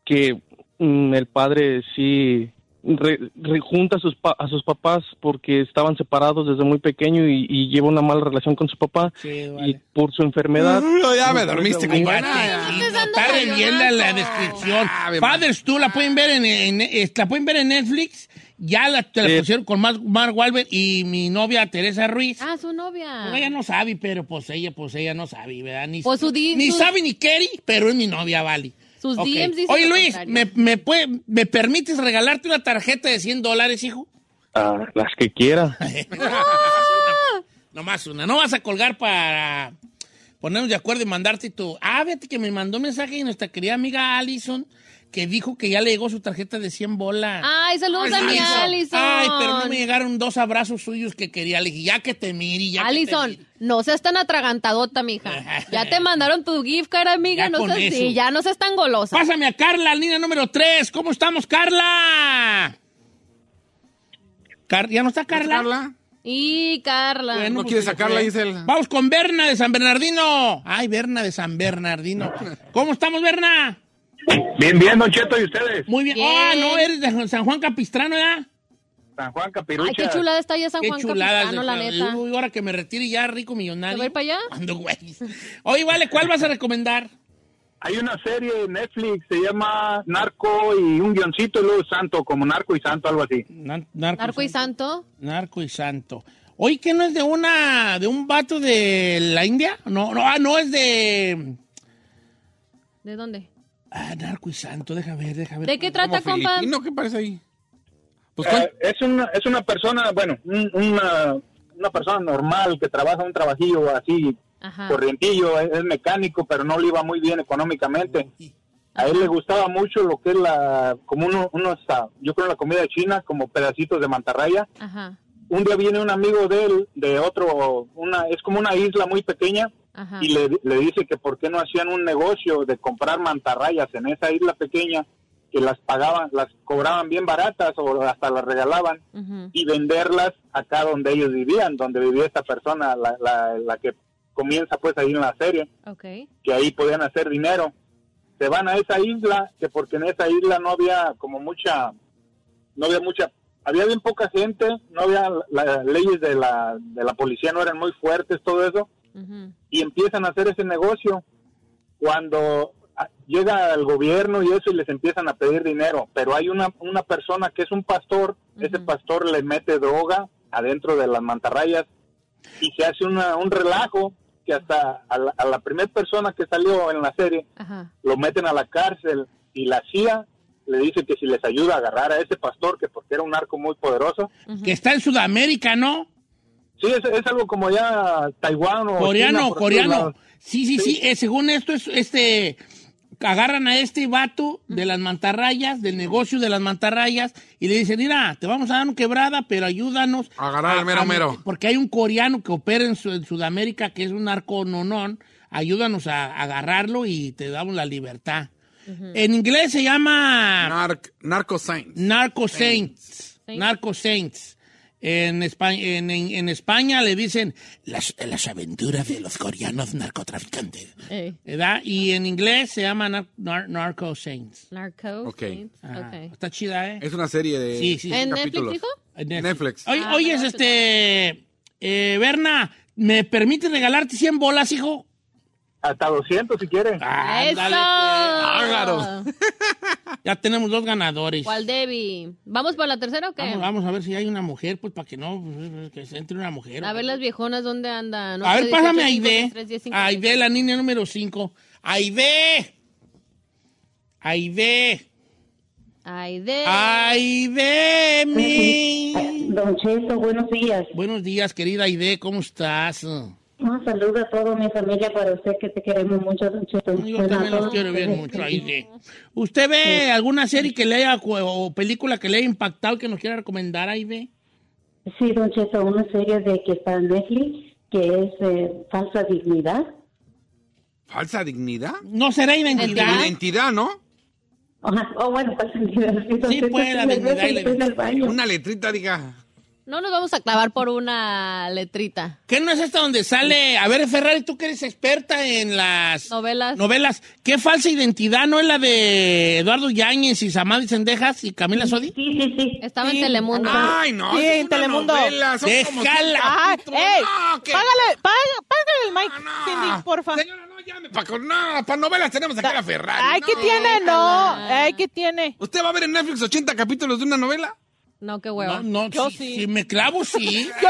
Speaker 7: que mm, el padre sí re- re- junta a sus, pa- a sus papás porque estaban separados desde muy pequeño y, y lleva una mala relación con su papá.
Speaker 4: Sí,
Speaker 7: Y por su enfermedad,
Speaker 6: ya me dormiste con ganas.
Speaker 4: Combate,
Speaker 5: no estés
Speaker 4: no,
Speaker 5: dando
Speaker 4: está re bien la, la
Speaker 5: payonazo.
Speaker 4: descripción.
Speaker 6: Ah, bien,
Speaker 4: Fathers, tú la pueden ver en, en- es- la pueden ver en Netflix. Ya la, te la
Speaker 7: Sí.
Speaker 4: pusieron con Mar- Mark Wahlberg y mi novia Teresa Ruiz.
Speaker 5: Ah, su novia.
Speaker 4: Bueno, ella no sabe, pero pues ella, pues ella no sabe, ¿verdad? Ni,
Speaker 5: Pues su di-
Speaker 4: ni
Speaker 5: su-
Speaker 4: sabe ni quiere, pero es mi novia, Vali.
Speaker 5: Sus
Speaker 4: Ok.
Speaker 5: DMs dicen
Speaker 4: Oye,
Speaker 5: lo
Speaker 4: Luis,
Speaker 5: contrario.
Speaker 4: ¿me, me, puede- ¿me permites regalarte una tarjeta de 100 dólares, hijo?
Speaker 7: ah, las que quiera.
Speaker 4: Nomás una. No vas a colgar para ponernos de acuerdo y mandarte tu. Ah, fíjate que me mandó un mensaje de nuestra querida amiga Allison que dijo que ya le llegó su tarjeta de 100 bolas.
Speaker 5: Ay, saludos a mi Alison.
Speaker 4: Ay, pero no me llegaron dos abrazos suyos que quería. Le dije, ya que te mire, ya que te mire.
Speaker 5: Alison, no seas tan atragantadota, mija. Ya te mandaron tu gift card, amiga.
Speaker 4: Ya
Speaker 5: no
Speaker 4: con
Speaker 5: seas
Speaker 4: eso.
Speaker 5: sí, ya no seas tan golosa.
Speaker 4: Pásame a Carla, línea número 3. ¿Cómo estamos, Carla? Car- ¿Ya no está Carla?
Speaker 6: Carla?
Speaker 5: Y Carla.
Speaker 4: Bueno,
Speaker 6: ¿No
Speaker 4: pues,
Speaker 6: quieres
Speaker 4: se
Speaker 6: sacarla,
Speaker 4: fue.
Speaker 6: Giselle?
Speaker 4: Vamos con Berna de San Bernardino. Ay, Berna de San Bernardino. ¿Cómo estamos, Berna?
Speaker 7: Bien, bien, Don Cheto, ¿y ustedes?
Speaker 4: Muy bien.
Speaker 5: Bien.
Speaker 4: Ah, no, eres de San Juan Capistrano, ¿verdad?
Speaker 7: San Juan
Speaker 5: Ay, qué chulada está ya San
Speaker 4: Qué
Speaker 5: Juan
Speaker 4: chulada.
Speaker 5: Capistrano, la neta.
Speaker 4: Uy, ahora que me retire ya, rico millonario.
Speaker 5: ¿Te voy para allá?
Speaker 4: Cuando, güey. Oye, vale, ¿cuál vas a recomendar?
Speaker 7: Hay una serie en Netflix, se llama Narco y un guioncito y luego Santo, como Narco y Santo, algo así.
Speaker 4: Nan- narco,
Speaker 5: Narco y Santo.
Speaker 4: Narco y santo. Oye, ¿qué no es de una, de un vato de la India? No, no, ah, no, es de...
Speaker 5: ¿De dónde?
Speaker 4: Ah, narco y santo, déjame ver, déjame ver.
Speaker 5: ¿De qué
Speaker 6: ¿Como
Speaker 5: trata, compa?
Speaker 6: filipino? ¿Qué parece ahí? Pues, ¿cuál?
Speaker 7: Eh, es una es una persona, bueno, un- una, una persona normal que trabaja un trabajillo así
Speaker 5: Ajá.
Speaker 7: corrientillo, es, es mecánico, pero no le iba muy bien económicamente. A él le gustaba mucho lo que es la como uno, unos ah, yo creo la comida china, como pedacitos de mantarraya.
Speaker 5: Ajá.
Speaker 7: Un día viene un amigo de él de otro una es como una isla muy pequeña
Speaker 5: Ajá.
Speaker 7: y le, le dice que por qué no hacían un negocio de comprar mantarrayas en esa isla pequeña que las pagaban, las cobraban bien baratas o hasta las regalaban
Speaker 5: Ujú.
Speaker 7: y venderlas acá donde ellos vivían, donde vivía esta persona, la, la, la que comienza pues ahí en la serie,
Speaker 5: Ok.
Speaker 7: que ahí podían hacer dinero. Se van a esa isla, que porque en esa isla no había como mucha, no había mucha, había bien poca gente, no había la- las leyes de la, de la policía, no eran muy fuertes, todo eso
Speaker 5: Ujú.
Speaker 7: y empiezan a hacer ese negocio. Cuando ah, llega el gobierno y eso y les empiezan a pedir dinero, pero hay una, una persona que es un pastor, ese pastor le mete droga adentro de las mantarrayas y se hace una, un relajo que hasta a la, a la primera persona que salió en la serie
Speaker 5: Ajá.
Speaker 7: lo meten a la cárcel y la CIA
Speaker 8: le dice que si les ayuda a agarrar a ese pastor, que porque era un arco muy poderoso.
Speaker 4: Que está en Sudamérica, ¿no?
Speaker 8: Sí, es, es algo como ya Taiwán o...
Speaker 4: Coreano,
Speaker 8: China, por todos
Speaker 4: coreano.
Speaker 8: lados.
Speaker 4: Sí, sí, sí. eh, según esto, es este. Agarran a este vato de las mantarrayas, del negocio de las mantarrayas, y le dicen: Mira, te vamos a dar una quebrada, pero ayúdanos.
Speaker 6: A agarrar al mero mero.
Speaker 4: Porque hay un coreano que opera en, Su- en Sudamérica, que es un narco nonón. Ayúdanos a, agarrarlo y te damos la libertad. En inglés se llama.
Speaker 6: Narc- narco Saints.
Speaker 4: Narco Saints.
Speaker 5: Saints.
Speaker 4: Narco Saints. En España, en, en- en España le dicen las, las aventuras de los coreanos narcotraficantes.
Speaker 5: Ey.
Speaker 4: ¿Verdad? Y en inglés se llama nar- nar- Narco Saints.
Speaker 5: Narcos.
Speaker 6: Ok.
Speaker 5: Saints,
Speaker 4: Ajá.
Speaker 5: ok.
Speaker 4: Está chida, ¿eh?
Speaker 6: Es una serie de
Speaker 4: Sí, sí.
Speaker 5: ¿En Netflix
Speaker 6: capítulos.
Speaker 5: dijo?
Speaker 4: En
Speaker 6: Netflix.
Speaker 4: Oye,
Speaker 5: Ah,
Speaker 4: oye, es
Speaker 5: pero-
Speaker 4: este. eh, Berna, ¿me permite regalarte 100 bolas, hijo?
Speaker 8: Hasta 200 si quieren.
Speaker 5: ¡Eso!
Speaker 4: pues. Ya tenemos dos ganadores.
Speaker 5: ¿Cuál Debbie? ¿Vamos para la tercera o qué?
Speaker 4: Vamos, vamos a ver si hay una mujer, pues para que no, pues, que se entre una mujer.
Speaker 5: A ver las viejonas, ¿dónde andan?
Speaker 4: a ver,
Speaker 5: 8,
Speaker 4: pásame a
Speaker 5: 18,
Speaker 4: Aide.
Speaker 5: 53, 10, 50.
Speaker 4: Aide, la niña número 5. Aide. Aide.
Speaker 5: Aide.
Speaker 4: Aide, mi.
Speaker 9: Don Cheto, buenos días.
Speaker 4: Buenos días, querida Aide, ¿cómo estás?
Speaker 9: Un saludo a toda mi familia para usted que te queremos mucho, Don Cheto.
Speaker 4: Yo también los quiero bien mucho, Aide. ¿Usted ve alguna serie que le haya o película que le haya impactado que nos quiera recomendar, Aide?
Speaker 9: Sí, Don Cheto, una serie de que está en Netflix, que es eh, Falsa Dignidad.
Speaker 6: Falsa dignidad.
Speaker 4: No será identidad.
Speaker 6: Identidad, ¿no?
Speaker 9: Ajá. Oh, bueno, Falsa Dignidad. Sí, Don
Speaker 4: Sí,
Speaker 9: Cheto,
Speaker 4: pues, la
Speaker 9: estoy
Speaker 4: dignidad
Speaker 9: nerviosa
Speaker 4: y la
Speaker 9: y estoy en el baño.
Speaker 6: Una letrita, diga.
Speaker 5: No nos vamos a clavar por una letrita.
Speaker 4: ¿Qué no es esta donde sale? A ver, Ferrari, tú que eres experta en las
Speaker 5: Novelas.
Speaker 4: novelas. ¿Qué falsa identidad no es la de Eduardo Yáñez y Samadhi Sendejas y Camila Sodi?
Speaker 9: Sí, sí, sí.
Speaker 5: Estaba
Speaker 3: Sí.
Speaker 5: en Telemundo.
Speaker 6: Ay, no.
Speaker 3: Sí,
Speaker 6: esa es
Speaker 3: en
Speaker 6: una
Speaker 3: Telemundo.
Speaker 6: novela, son como
Speaker 4: Déjala.
Speaker 6: cinco
Speaker 3: Ay,
Speaker 6: capítulos.
Speaker 3: ey,
Speaker 6: No, que-
Speaker 3: págale, págale, págale el mic,
Speaker 6: No.
Speaker 3: Cindy, porfa.
Speaker 6: Señora, no llame. Para no, pa' novelas tenemos aquí a la Ferrari.
Speaker 3: Ay,
Speaker 6: no.
Speaker 3: ¿qué tiene? No, eh. ay, ¿qué tiene?
Speaker 6: ¿Usted va a ver en Netflix 80 capítulos de una novela?
Speaker 5: No, qué
Speaker 4: No,
Speaker 5: hueva.
Speaker 4: Ah, no,
Speaker 3: Yo
Speaker 4: si,
Speaker 3: sí.
Speaker 4: si me clavo, sí.
Speaker 3: Yo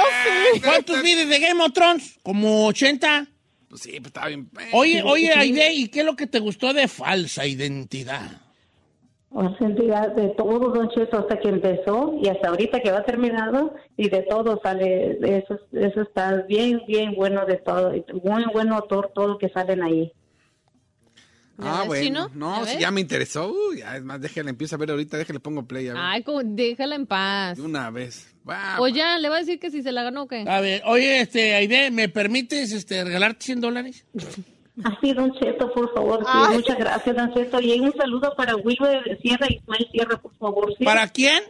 Speaker 3: sí.
Speaker 4: ¿Cuántos vídeos de Game of Thrones? Como 80.
Speaker 6: Pues sí, pues está bien. eh.
Speaker 4: Oye, oye, Aide, ¿y qué es lo que te gustó de falsa identidad?
Speaker 9: Una sentida de todo, Don Cheto, hasta que empezó y hasta ahorita que va terminado y de todo sale. Eso, eso está bien, bien bueno de todo. Muy bueno todo, todo lo que salen ahí.
Speaker 5: ¿Ya
Speaker 6: Ah,
Speaker 5: ves,
Speaker 6: bueno.
Speaker 5: chino?
Speaker 6: No,
Speaker 5: ¿Ya
Speaker 6: si
Speaker 5: ves?
Speaker 6: ya me interesó. Uy, ya, es más, déjale, empiezo a ver ahorita, déjale, pongo play. A ver.
Speaker 5: Ay, como- déjala en paz.
Speaker 6: De una vez. Va,
Speaker 5: O ya, le va a decir que si se la ganó o
Speaker 6: Ah,
Speaker 5: qué.
Speaker 4: A ver, oye, este, Aide, ¿me permites este, regalarte 100 dólares?
Speaker 9: Así, Don Cheto, por favor. sí,
Speaker 3: Ay.
Speaker 9: muchas gracias, Don Cheto. Y un saludo para Wilber Sierra, Ismael Sierra, por favor. ¿sí?
Speaker 4: ¿Para quién?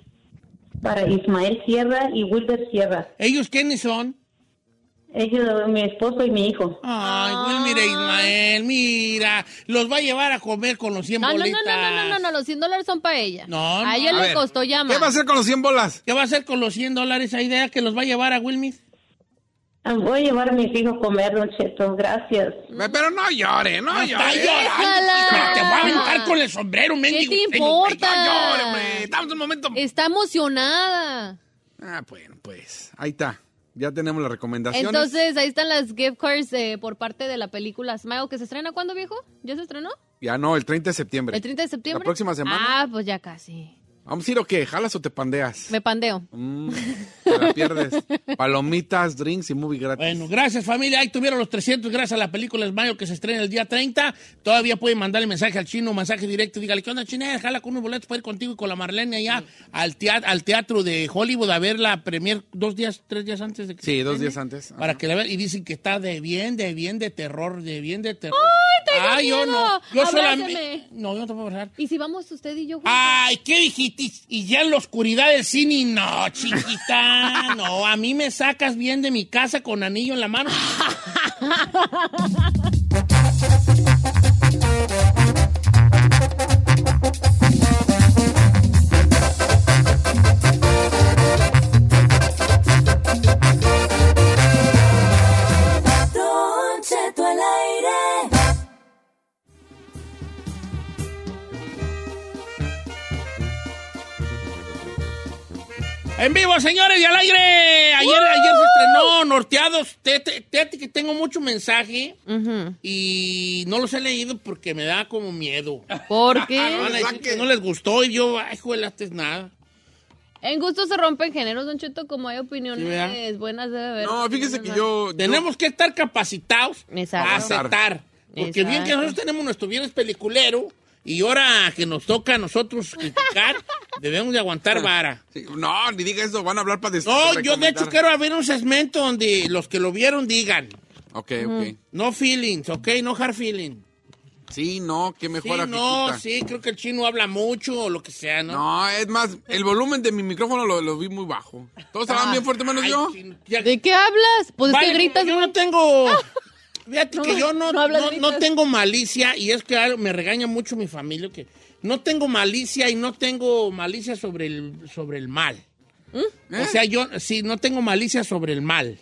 Speaker 9: Para Ismael Sierra y Wilber Sierra.
Speaker 4: ¿Ellos quiénes son?
Speaker 9: Ellos, mi esposo y mi hijo.
Speaker 4: Ay, güey, mira, Ismael, mira. Los va a llevar a comer con los 100
Speaker 5: No, no, no,
Speaker 4: bolitas.
Speaker 5: no, no, no, no, no, los 100 dólares son para ella.
Speaker 4: No, no.
Speaker 5: A ella
Speaker 6: A
Speaker 5: le
Speaker 6: ver,
Speaker 5: costó llamar.
Speaker 6: ¿Qué va a hacer con los 100 bolas?
Speaker 4: ¿Qué va a hacer con los 100 dólares? ¿Hay idea que los va a llevar a Wilmith?
Speaker 9: Ah, Voy a llevar a mis hijos a comer, Don Cheto. Gracias.
Speaker 6: Ve, Pero no llore, no,
Speaker 4: Está
Speaker 6: llore.
Speaker 4: llorando.
Speaker 5: Déjala.
Speaker 4: Te voy a aventar con el sombrero, mendigo.
Speaker 5: te
Speaker 4: señor,
Speaker 5: importa?
Speaker 4: güey.
Speaker 6: No llore, hombre. Estamos en un momento.
Speaker 5: Está emocionada.
Speaker 6: Ah, bueno, pues. Ahí está. Ya tenemos las recomendaciones.
Speaker 5: Entonces, ahí están las gift cards eh, por parte de la película Smile, que se estrena cuándo, viejo? ¿Ya se estrenó?
Speaker 6: Ya no, el 30 de septiembre.
Speaker 5: ¿El 30 de septiembre?
Speaker 6: La próxima semana.
Speaker 5: Ah, pues ya casi.
Speaker 6: ¿Vamos a ir o qué? ¿Jalas o te pandeas?
Speaker 5: Me pandeo.
Speaker 6: Mm, te la pierdes. Palomitas, drinks y movie gratis.
Speaker 4: Bueno, gracias familia. Ahí tuvieron los 300 gracias a la película Mayo que se estrena el día 30. Todavía pueden mandarle mensaje al chino, mensaje directo. Dígale, ¿qué onda, china? Jala con unos boletos para ir contigo y con la Marlene allá al, teatro, al teatro de Hollywood a ver la premier dos días, tres días antes de que
Speaker 6: Sí, dos días antes. Ah.
Speaker 4: Para que la vean. Y dicen que está de bien, de bien, de terror, de bien, de terror. ¡Ay,
Speaker 6: Ah,
Speaker 5: tengo
Speaker 4: yo
Speaker 5: miedo!
Speaker 4: no. Yo
Speaker 5: Abráceme.
Speaker 4: solamente... No, yo no te puedo abrazar.
Speaker 5: ¿Y si vamos usted y yo juntos?
Speaker 6: Ah,
Speaker 4: ¡Ay, qué dijiste! Y ya en la oscuridad del cine, no, chiquita. No, a mí me sacas bien de mi casa con anillo en la mano. En vivo, señores, y al aire. Ayer, ayer se estrenó, nos sorteados. Te- te- Fíjate que tengo mucho mensaje y no los he leído porque me da como miedo. Ah,
Speaker 5: ¿Por qué?
Speaker 4: No, van a decir que no les gustó y yo, ay, juela, este es nada.
Speaker 5: En gusto se rompen géneros, Don Cheto, como hay opiniones
Speaker 4: Sí, ¿verdad?
Speaker 5: buenas debe haber.
Speaker 6: No, fíjese que yo.
Speaker 4: Tenemos que estar capacitados
Speaker 5: Exacto.
Speaker 4: a aceptar. Porque bien que
Speaker 5: Exacto.
Speaker 4: nosotros tenemos nuestro bienes peliculero y ahora que nos toca a nosotros criticar, debemos de aguantar vara.
Speaker 6: Ah. Sí, No, ni diga eso, van a hablar para des-
Speaker 4: No, Oh, yo de
Speaker 6: recomendar.
Speaker 4: hecho quiero haber un segmento donde los que lo vieron digan,
Speaker 6: Ok, ok.
Speaker 4: no feelings, ok, no hard feeling.
Speaker 6: Sí, no, qué
Speaker 4: Sí,
Speaker 6: mejor aquí.
Speaker 4: no, sí, creo que el chino habla mucho o lo que sea, ¿no?
Speaker 6: No, es más, el volumen de mi micrófono lo, lo vi muy bajo. Todos estaban bien fuerte menos
Speaker 4: Ah, Ay,
Speaker 6: yo.
Speaker 4: chino, ya-
Speaker 5: ¿De qué hablas? Pues es
Speaker 4: Vale,
Speaker 5: que gritas. Ah.
Speaker 4: Yo no tengo. Fíjate
Speaker 5: No,
Speaker 4: que yo no,
Speaker 5: no hablas,
Speaker 4: no-
Speaker 5: gritas.
Speaker 4: no tengo malicia y es que algo- me regaña mucho mi familia que no tengo malicia y no tengo malicia sobre el, sobre el mal.
Speaker 5: ¿Mm?
Speaker 4: O sea, yo sí, no tengo malicia sobre el mal.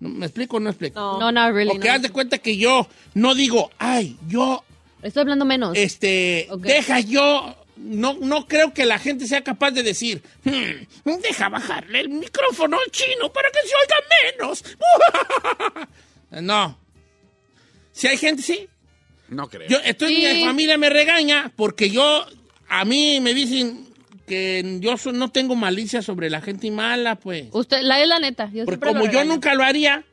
Speaker 4: No, ¿Me explico o no explico?
Speaker 3: No.
Speaker 5: No, no, really.
Speaker 4: Porque
Speaker 5: no.
Speaker 4: haz de cuenta que yo no digo, ay, yo,
Speaker 5: Estoy hablando menos.
Speaker 4: este,
Speaker 5: Ok.
Speaker 4: deja yo. No, no creo que la gente sea capaz de decir, "Hmm, deja bajarle el micrófono al chino para que se oiga menos. No. Si hay gente, sí.
Speaker 6: No creo.
Speaker 4: Yo, entonces
Speaker 5: Sí.
Speaker 4: mi familia me regaña porque yo, a mí me dicen que yo so- no tengo malicia sobre la gente mala, pues.
Speaker 5: Usted, la es la neta. Yo
Speaker 4: Porque
Speaker 5: siempre
Speaker 4: como
Speaker 5: lo
Speaker 4: yo
Speaker 5: regaño.
Speaker 4: nunca lo haría,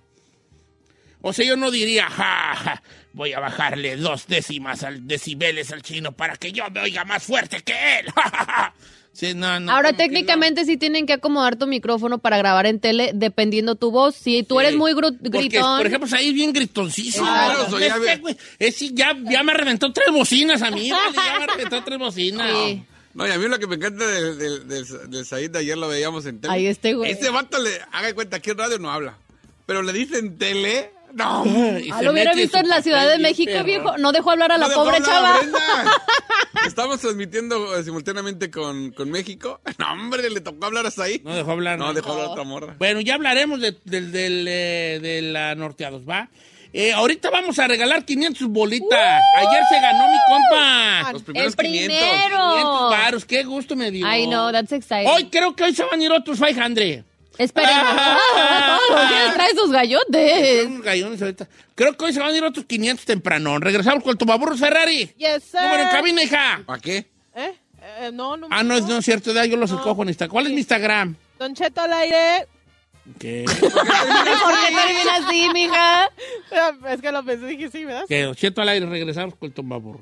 Speaker 4: o sea, yo no diría, ja, ja, voy a bajarle dos décimas al decibeles al chino para que yo me oiga más fuerte que él. ja, ja, ja. Sí, no, no,
Speaker 5: Ahora
Speaker 4: como que no.
Speaker 5: técnicamente sí tienen que acomodar tu micrófono para grabar en tele dependiendo tu voz. Si tú eres
Speaker 4: Sí.
Speaker 5: muy gru-
Speaker 4: Porque,
Speaker 5: gritón,
Speaker 4: por ejemplo, ahí es bien gritoncísimo.
Speaker 6: Claro,
Speaker 4: Este,
Speaker 6: soy- ya ve-
Speaker 4: güey, ese ya, ya me reventó tres bocinas a mí, vale, ya me reventó tres bocinas.
Speaker 5: Sí.
Speaker 6: No, y a mí lo que me encanta del, del, del- del Said de ayer lo veíamos en tele.
Speaker 5: Ahí este güey.
Speaker 6: Este vato le haga de cuenta que en radio no habla. Pero le dicen tele. No. no
Speaker 4: Y
Speaker 5: Ah,
Speaker 4: se
Speaker 5: lo hubiera
Speaker 4: mete
Speaker 5: visto
Speaker 4: su
Speaker 5: en la Ciudad de
Speaker 4: papel bien
Speaker 5: México,
Speaker 4: perro.
Speaker 5: viejo. No dejó hablar a la
Speaker 6: dejó
Speaker 5: pobre
Speaker 6: hablar a
Speaker 5: chava.
Speaker 6: Brenda. Estamos transmitiendo eh, simultáneamente con, con México. No, hombre, le tocó hablar hasta ahí.
Speaker 4: No dejó hablar.
Speaker 6: No,
Speaker 4: ¿no?
Speaker 6: dejó hablar a otra morra.
Speaker 4: Bueno, ya hablaremos de, del- del, eh, de la Norteados, ¿va? Eh, ahorita vamos a regalar 500 bolitas. Ayer se ganó mi compa.
Speaker 6: Los
Speaker 5: El
Speaker 6: primeros 500.
Speaker 5: primero.
Speaker 4: 500 varos, qué gusto me dio.
Speaker 5: Ay, no, that's exciting.
Speaker 4: Hoy creo que hoy se van a ir otros 500.
Speaker 5: Esperen.
Speaker 4: Ah.
Speaker 5: ¿Por qué trae sus gallotes?
Speaker 4: Unos gallones ahorita. Creo que hoy se van a ir otros 500 temprano. Regresamos con el tomaburro Ferrari.
Speaker 3: Yes, sir.
Speaker 4: Número en cabina, hija.
Speaker 6: ¿Para qué?
Speaker 3: ¿Eh? Eh, no, no.
Speaker 4: Ah, no, es, no es cierto, ya yo los
Speaker 3: No.
Speaker 4: escojo en Instagram. ¿Cuál es mi Instagram?
Speaker 3: Don Cheto al aire.
Speaker 4: ¿Qué?
Speaker 5: ¿Por qué termina así, mija?
Speaker 3: Es que lo pensé, dije sí, ¿verdad?
Speaker 4: Que Cheto al aire, regresamos con el tomaburro.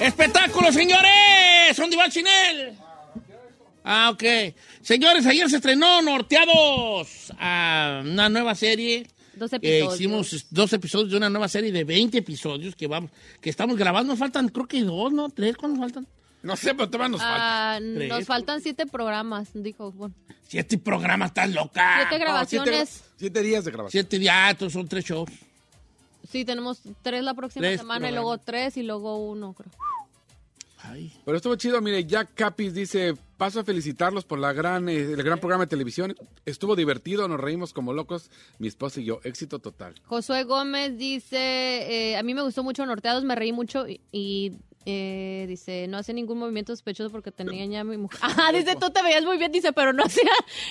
Speaker 4: ¡Espectáculo, señores! ¿Dónde va el chinel? Ah, ok. Señores, ayer se estrenó Norteados, ah, una nueva serie.
Speaker 5: Dos
Speaker 4: Eh,
Speaker 5: episodios.
Speaker 4: hicimos dos episodios de una nueva serie de 20 episodios que vamos, que estamos grabando. Nos faltan, creo que dos, ¿no? ¿Tres? ¿Cuándo faltan?
Speaker 6: No sé, pero todavía nos falta.
Speaker 5: Ah,
Speaker 4: Tres.
Speaker 5: nos faltan siete programas, dijo. Bueno,
Speaker 4: Siete programas, estás loca.
Speaker 5: siete
Speaker 6: No, siete-
Speaker 5: grabaciones.
Speaker 6: Siete, días de grabación.
Speaker 4: Siete días, ah, entonces son tres shows.
Speaker 5: Sí, tenemos tres la próxima
Speaker 6: Tres
Speaker 5: semana y luego
Speaker 6: programas.
Speaker 5: tres y luego uno, creo.
Speaker 6: Pero estuvo chido, mire, Jack Capis dice, paso a felicitarlos por la gran, eh, el gran programa de televisión. Estuvo divertido, nos reímos como locos, mi esposa y yo, éxito total.
Speaker 5: Josué Gómez dice, eh, a mí me gustó mucho Norteados, me reí mucho y, y, eh, dice, no hacía ningún movimiento sospechoso porque tenía ya mi mujer. Ajá, dice, tú te veías muy bien, dice, pero no hacía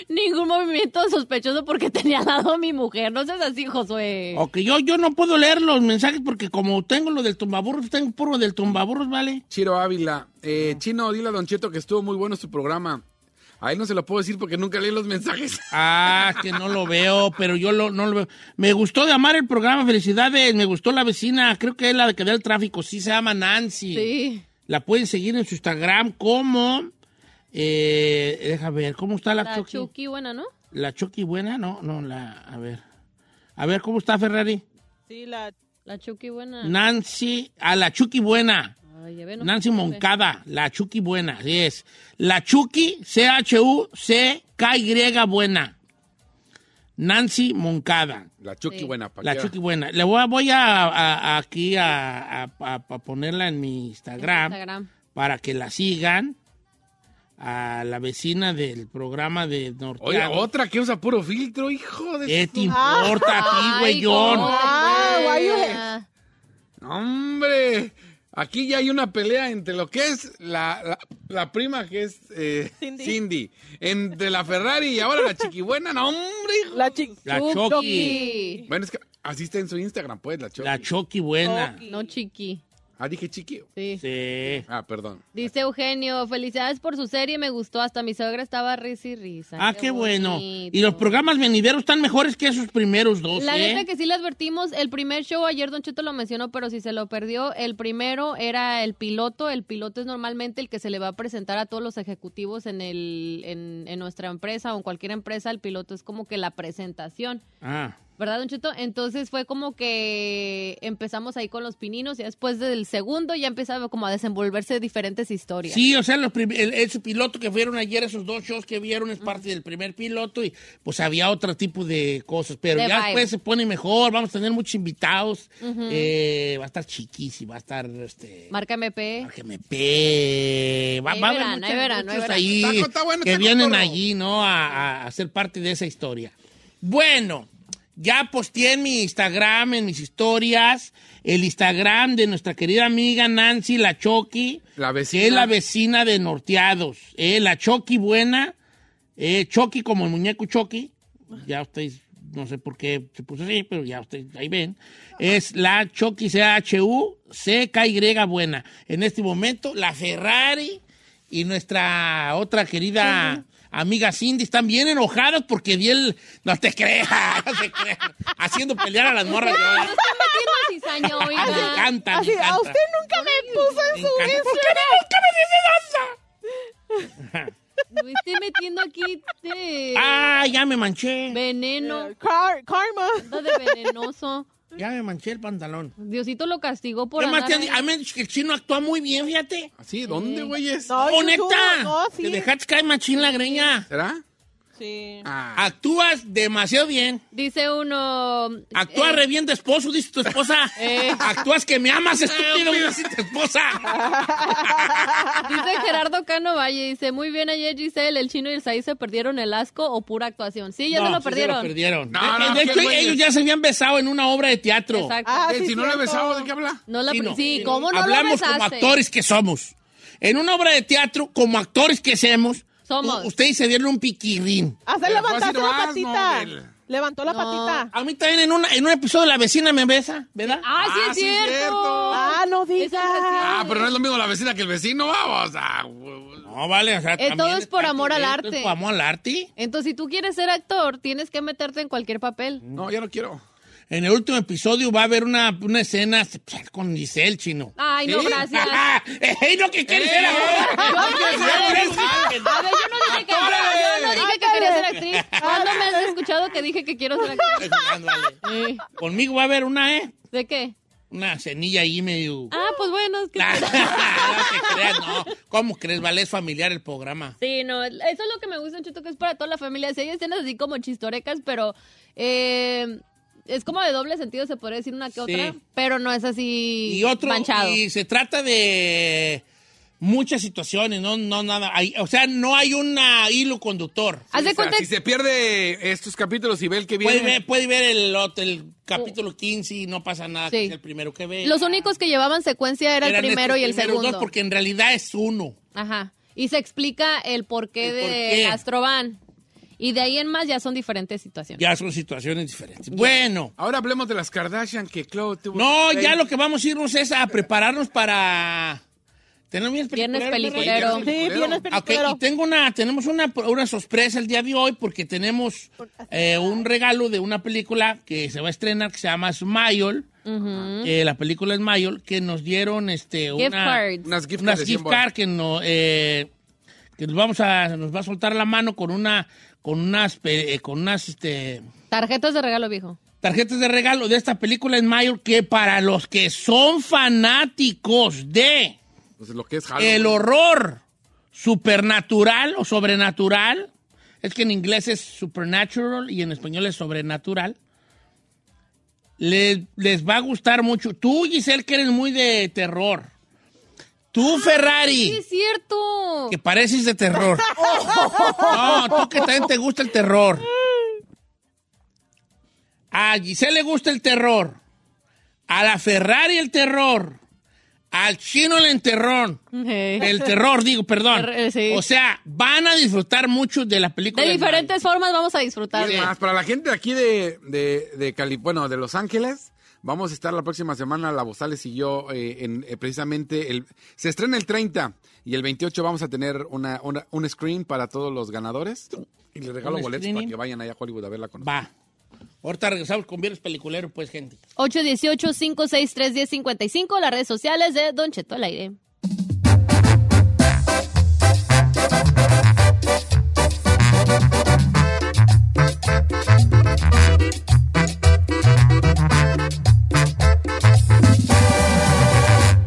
Speaker 5: ningún movimiento sospechoso porque tenía al lado a mi mujer. No seas así, Josué.
Speaker 4: Ok, yo, yo no puedo leer los mensajes porque como tengo lo del tumbaburros, tengo puro del tumbaburros, ¿vale?
Speaker 6: Chiro Ávila, eh, Chino, dile a Don Cheto que estuvo muy bueno su programa. A él no se lo puedo decir porque nunca leí los mensajes.
Speaker 4: Ah, que no lo veo, pero yo lo, no lo veo. Me gustó de amar el programa, felicidades. Me gustó la vecina, creo que es la de que da el tráfico. Sí, se llama Nancy.
Speaker 5: Sí.
Speaker 4: La pueden seguir en su Instagram como. Eh, deja ver, ¿cómo está la,
Speaker 5: La
Speaker 4: Chucky?
Speaker 5: Chucky, buena, ¿no?
Speaker 4: ¿La Chucky buena? No, no, la. A ver. A ver, ¿cómo está Ferrari?
Speaker 3: Sí, la...
Speaker 5: La Chucky buena.
Speaker 4: Nancy. A la Chucky buena.
Speaker 5: Ay, ya ve, no
Speaker 4: Nancy
Speaker 5: sé.
Speaker 4: Moncada, la Chucky buena, así es. La Chucky, C-H-U-C-K-Y buena. Nancy Moncada.
Speaker 6: La Chucky buena, pa'
Speaker 4: La
Speaker 6: qué.
Speaker 4: Chucky buena. Le voy, a- voy a, a- a- aquí a, a- a- a ponerla en mi Instagram,
Speaker 5: Instagram.
Speaker 4: para que la sigan. A la vecina del programa de Norte.
Speaker 6: Oye, otra que usa puro filtro, hijo de...
Speaker 4: ¿Qué
Speaker 6: su-
Speaker 4: te importa a ti, güey, John?
Speaker 3: Ah,
Speaker 6: Hombre, aquí ya hay una pelea entre lo que es la, la- la prima que es eh, Cindy. entre la Ferrari y ahora la chiquibuena, no, hombre. hijo.
Speaker 3: La, chiqui.
Speaker 4: La Chucky.
Speaker 6: Bueno, es que así está en su Instagram, pues, la Chucky.
Speaker 4: La Chucky buena.
Speaker 5: No, Chiqui.
Speaker 6: Ah, dije chiqui.
Speaker 5: Sí.
Speaker 4: Sí.
Speaker 6: Ah, perdón.
Speaker 5: Dice Eugenio, felicidades por su serie, me gustó, hasta mi suegra estaba risa y risa.
Speaker 4: Ah, qué bueno.
Speaker 5: bonito.
Speaker 4: Y los programas venideros están mejores que esos primeros dos,
Speaker 5: La
Speaker 4: ¿eh?
Speaker 5: neta que sí le advertimos, el primer show ayer Don Cheto lo mencionó, pero si se lo perdió, el primero era el piloto, el piloto es normalmente el que se le va a presentar a todos los ejecutivos en, el, en, en nuestra empresa o en cualquier empresa, el piloto es como que la presentación.
Speaker 4: Ah.
Speaker 5: ¿Verdad, Don Cheto? Entonces fue como que empezamos ahí con los pininos y después del segundo ya empezaba como a desenvolverse diferentes historias.
Speaker 4: Sí, o sea, los prim- el, ese piloto que vieron ayer, esos dos shows que vieron, es parte del primer piloto y pues había otro tipo de cosas. Pero
Speaker 5: De
Speaker 4: ya
Speaker 5: vibe.
Speaker 4: después se pone mejor, vamos a tener muchos invitados.
Speaker 5: Ujú.
Speaker 4: Eh, va a estar chiquísimo, va a estar este.
Speaker 5: Marca MP.
Speaker 4: pe- Va,
Speaker 5: Ahí
Speaker 4: va a haber
Speaker 5: verán,
Speaker 4: muchas-
Speaker 5: ahí verán, ahí
Speaker 4: muchos
Speaker 5: verán.
Speaker 4: ahí
Speaker 5: Está co- está bueno,
Speaker 4: que
Speaker 5: está
Speaker 4: vienen
Speaker 5: cotorro.
Speaker 4: allí, ¿no? A, a- a ser parte de esa historia. Bueno, ya posteé en mi Instagram, en mis historias, el Instagram de nuestra querida amiga Nancy La Choqui.
Speaker 6: La vecina.
Speaker 4: Que es la vecina de Norteados. eh, la Choqui buena. Eh, Choqui como el muñeco Choqui. Ya ustedes, no sé por qué se puso así, pero ya ustedes ahí ven. Es la Choqui C-H-U-C-K-Y buena. En este momento, la Ferrari y nuestra otra querida amiga Cindy están bien enojadas porque di el... No te creas, no te creas. Haciendo pelear a las morras. Ah, de ahora.
Speaker 5: está metiendo cizaña, oiga.
Speaker 4: Me encanta, me
Speaker 3: Así,
Speaker 4: encanta.
Speaker 3: Ah, a usted nunca me puso en
Speaker 4: Me
Speaker 3: su
Speaker 4: encanta. ¿Por qué
Speaker 3: Instagram.
Speaker 4: nunca me dices nada?
Speaker 5: Me estoy metiendo aquí de
Speaker 4: Ah, ya me manché.
Speaker 5: veneno.
Speaker 3: Eh, Car- karma.
Speaker 5: Anda de venenoso.
Speaker 4: Ya me manché el pantalón.
Speaker 5: Diosito lo castigó por
Speaker 4: ¿Qué más te
Speaker 5: andar
Speaker 4: han di-
Speaker 5: ahí.
Speaker 4: A mí han dicho que el chino actúa muy bien, fíjate.
Speaker 6: ¿Sí? ¿Dónde, güey? es?
Speaker 3: No,
Speaker 4: ¡Oh,
Speaker 3: yo
Speaker 4: neta!
Speaker 3: juro, no, sí.
Speaker 4: Te dejaste caer machín la greña.
Speaker 6: ¿Será?
Speaker 3: Sí.
Speaker 6: Ah,
Speaker 4: Actúas demasiado bien.
Speaker 5: Dice uno...
Speaker 4: Actúas
Speaker 5: eh,
Speaker 4: re bien de esposo, dice tu esposa.
Speaker 5: Eh. Ah,
Speaker 4: Actúas que me amas, estúpido, dice tu esposa.
Speaker 5: Dice Gerardo Cano Valle, dice, muy bien ayer Giselle, el chino y el Saí se perdieron el asco o pura actuación. Sí, ya
Speaker 4: No,
Speaker 5: se lo
Speaker 4: sí
Speaker 5: perdieron.
Speaker 4: Se lo perdieron.
Speaker 6: No,
Speaker 4: de
Speaker 6: no,
Speaker 4: de
Speaker 6: qué
Speaker 4: hecho,
Speaker 6: güeyes.
Speaker 4: ellos ya se habían besado en una obra de teatro.
Speaker 5: Exacto.
Speaker 3: Ah,
Speaker 6: eh,
Speaker 3: sí,
Speaker 6: si no le he
Speaker 3: cierto.
Speaker 6: besado, ¿de qué habla?
Speaker 5: No la...
Speaker 4: Sí, no,
Speaker 5: sí,
Speaker 4: sí, no.
Speaker 5: ¿cómo no
Speaker 4: Hablamos
Speaker 5: lo
Speaker 4: como
Speaker 5: besaste?
Speaker 4: actores que somos. En una obra de teatro, como actores que somos,
Speaker 5: Somos.
Speaker 4: u- ustedes se dieron un piquirrín.
Speaker 3: Hasta
Speaker 6: Pero fue
Speaker 3: levantaste
Speaker 6: así
Speaker 3: la
Speaker 6: nomás,
Speaker 3: patita.
Speaker 6: no, del-
Speaker 3: Levantó la
Speaker 5: No.
Speaker 3: patita.
Speaker 4: A mí también en, una, en un episodio la vecina me besa, ¿verdad?
Speaker 5: Ah, sí
Speaker 6: Ah,
Speaker 5: es
Speaker 6: sí es
Speaker 5: cierto.
Speaker 6: cierto.
Speaker 3: Ah, no digas.
Speaker 5: Esa es la
Speaker 6: Ah, pero no es lo mismo la vecina que el vecino, vamos. Ah, güey.
Speaker 4: No, vale, o sea,
Speaker 5: Eh, todo
Speaker 4: también
Speaker 5: es por
Speaker 4: parte
Speaker 5: amor
Speaker 4: de
Speaker 5: al
Speaker 4: esto,
Speaker 5: arte.
Speaker 4: es por amor al arte.
Speaker 5: Entonces, si tú quieres ser actor, tienes que meterte en cualquier papel.
Speaker 6: no, ya no quiero.
Speaker 4: En el último episodio va a haber una, una escena pues, con Giselle, chino.
Speaker 5: Ay, no,
Speaker 6: ¿Sí?
Speaker 5: gracias.
Speaker 4: ¡Ey, no, que quieres ser
Speaker 5: Yo
Speaker 4: ahora!
Speaker 5: no dije- A ver, yo no dije que, yo no dije que quería ser actriz. ¿Cuándo me has escuchado que dije que quiero ser actriz?
Speaker 4: Estoy jugando, vale.
Speaker 5: Eh,
Speaker 4: Conmigo va a haber una, ¿eh?
Speaker 5: ¿De qué?
Speaker 4: Una cenilla ahí medio...
Speaker 5: Ah, pues bueno, es que...
Speaker 4: Nah,
Speaker 5: Ah.
Speaker 4: no te creas, no. ¿Cómo crees? Vale, es familiar el programa.
Speaker 5: Sí, no, eso es lo que me gusta, Cheto, que es para toda la familia. Sí, hay escenas así como chistorecas, pero eh, es como de doble sentido, se podría decir una que
Speaker 4: Sí.
Speaker 5: otra, pero no es así
Speaker 4: y otro
Speaker 5: manchado.
Speaker 4: y se trata de muchas situaciones no no nada hay- o sea no hay un hilo conductor
Speaker 6: Sí, o sea, si se pierde estos capítulos y ve el que viene.
Speaker 4: puede ver, puede ver el, otro- el capítulo 15 y no pasa nada que
Speaker 5: Sí.
Speaker 4: es el primero que ve
Speaker 5: Los únicos que llevaban secuencia era el
Speaker 4: Eran
Speaker 5: primero
Speaker 4: estos
Speaker 5: y el
Speaker 4: primeros dos,
Speaker 5: segundo.
Speaker 4: porque en realidad es uno
Speaker 5: Ajá. Y se explica el porqué de
Speaker 4: porqué.
Speaker 5: Astrovan. Y de ahí en más ya son diferentes situaciones.
Speaker 4: ya son situaciones diferentes bueno
Speaker 6: ahora hablemos de las Kardashian que Chloe tuvo
Speaker 4: no
Speaker 6: que-
Speaker 4: ya lo que vamos a irnos es a prepararnos para tenemos bien
Speaker 5: Viernes
Speaker 4: peliculero,
Speaker 5: peliculero.
Speaker 4: ¿verdad?
Speaker 5: Sí, viernes
Speaker 4: Ok,
Speaker 5: peliculero.
Speaker 4: y tengo una tenemos una, una sorpresa el día de hoy porque tenemos eh, un regalo de una película que se va a estrenar que se llama Smile
Speaker 5: Ujú.
Speaker 4: Eh, la película es Mayol, que nos dieron este,
Speaker 5: Gift
Speaker 4: una,
Speaker 5: cards.
Speaker 6: Unas gift
Speaker 4: unas
Speaker 6: cards de
Speaker 4: gift
Speaker 6: 100 bolas.
Speaker 4: card que, no, eh, que nos, vamos a, nos va a soltar la mano con una con unas, pe- eh, con unas este,
Speaker 5: Tarjetas de regalo, viejo.
Speaker 4: tarjetas de regalo de esta película en Mayol, que para los que son fanáticos de
Speaker 6: Pues lo que es Halloween.
Speaker 4: el horror supernatural o sobrenatural. Es que en inglés es supernatural y en español es sobrenatural. Les, les va a gustar mucho. Tú, Giselle, que eres muy de terror. Tú,
Speaker 5: Sí,
Speaker 4: Ferrari,
Speaker 5: es cierto.
Speaker 4: que pareces de terror. No, tú que también te gusta el terror. A Giselle le gusta el terror. A la Ferrari el terror. Al chino el enterrón. El terror, digo, perdón.
Speaker 5: Ter- eh, sí.
Speaker 4: O sea, van a disfrutar mucho de la película.
Speaker 5: De diferentes formas vamos a disfrutar.
Speaker 6: Y es más, para la gente de aquí de, de, de Cali, bueno, de Los Ángeles, vamos a estar la próxima semana, La Bozales y yo, eh, en, eh, precisamente, el, se estrena el 30 y el 28 vamos a tener una, una- un screen para todos los ganadores. Y les regalo
Speaker 4: ¿Un
Speaker 6: boletos para
Speaker 4: screening?
Speaker 6: que vayan allá a Hollywood a verla con
Speaker 4: Va. Ahorita regresamos con Viernes Peliculero, pues, gente.
Speaker 5: 818-563-1055, las redes sociales de Don Cheto al aire.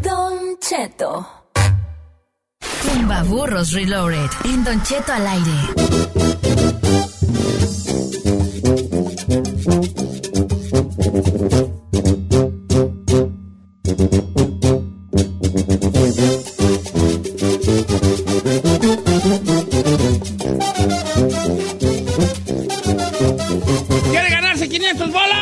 Speaker 10: Don Cheto. Tumbaburros Reloaded. En Don Cheto al aire.
Speaker 4: ¡Quiere ganarse 500 bolas!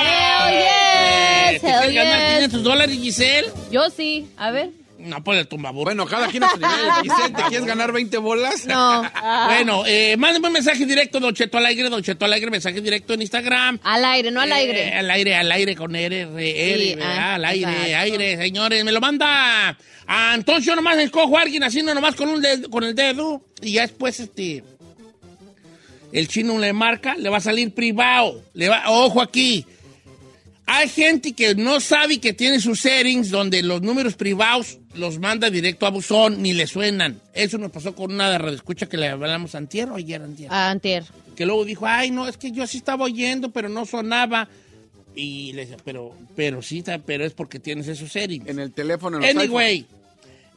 Speaker 5: Hell yes,
Speaker 4: Eh, ¿Te quieres
Speaker 5: hell
Speaker 4: ganar
Speaker 5: yes.
Speaker 4: 500 dólares, Giselle?
Speaker 5: Yo sí, a ver.
Speaker 4: No, pues el tumbabur.
Speaker 6: Bueno, cada quien a su nivel. Giselle, ¿te quieres ganar 20 bolas?
Speaker 5: No. Ah.
Speaker 4: Bueno, eh, mándenme un mensaje directo, Don Cheto al aire, Don Cheto al aire, mensaje directo en Instagram.
Speaker 5: Al aire, no al
Speaker 4: Eh,
Speaker 5: aire.
Speaker 4: al aire, al aire, con R, E. R, R,
Speaker 5: Sí,
Speaker 4: ¿verdad?
Speaker 5: ah,
Speaker 4: al aire,
Speaker 5: exacto.
Speaker 4: aire, señores. Me lo manda. Ah, entonces yo nomás escojo a alguien así, no nomás con, un dedo- con el dedo. Y ya después, este. El chino le marca, le va a salir privado. Le va, ojo aquí. Hay gente que no sabe y que tiene sus settings donde los números privados los manda directo a buzón ni le suenan. Eso nos pasó con una de radioescucha que le hablamos antier o ayer antier
Speaker 5: Ah, Antier.
Speaker 4: que luego dijo, ay, no, es que yo sí estaba oyendo, pero no sonaba. Y le decía, pero, pero sí, ta- pero es porque tienes esos settings.
Speaker 6: En el teléfono, en los
Speaker 4: Anyway,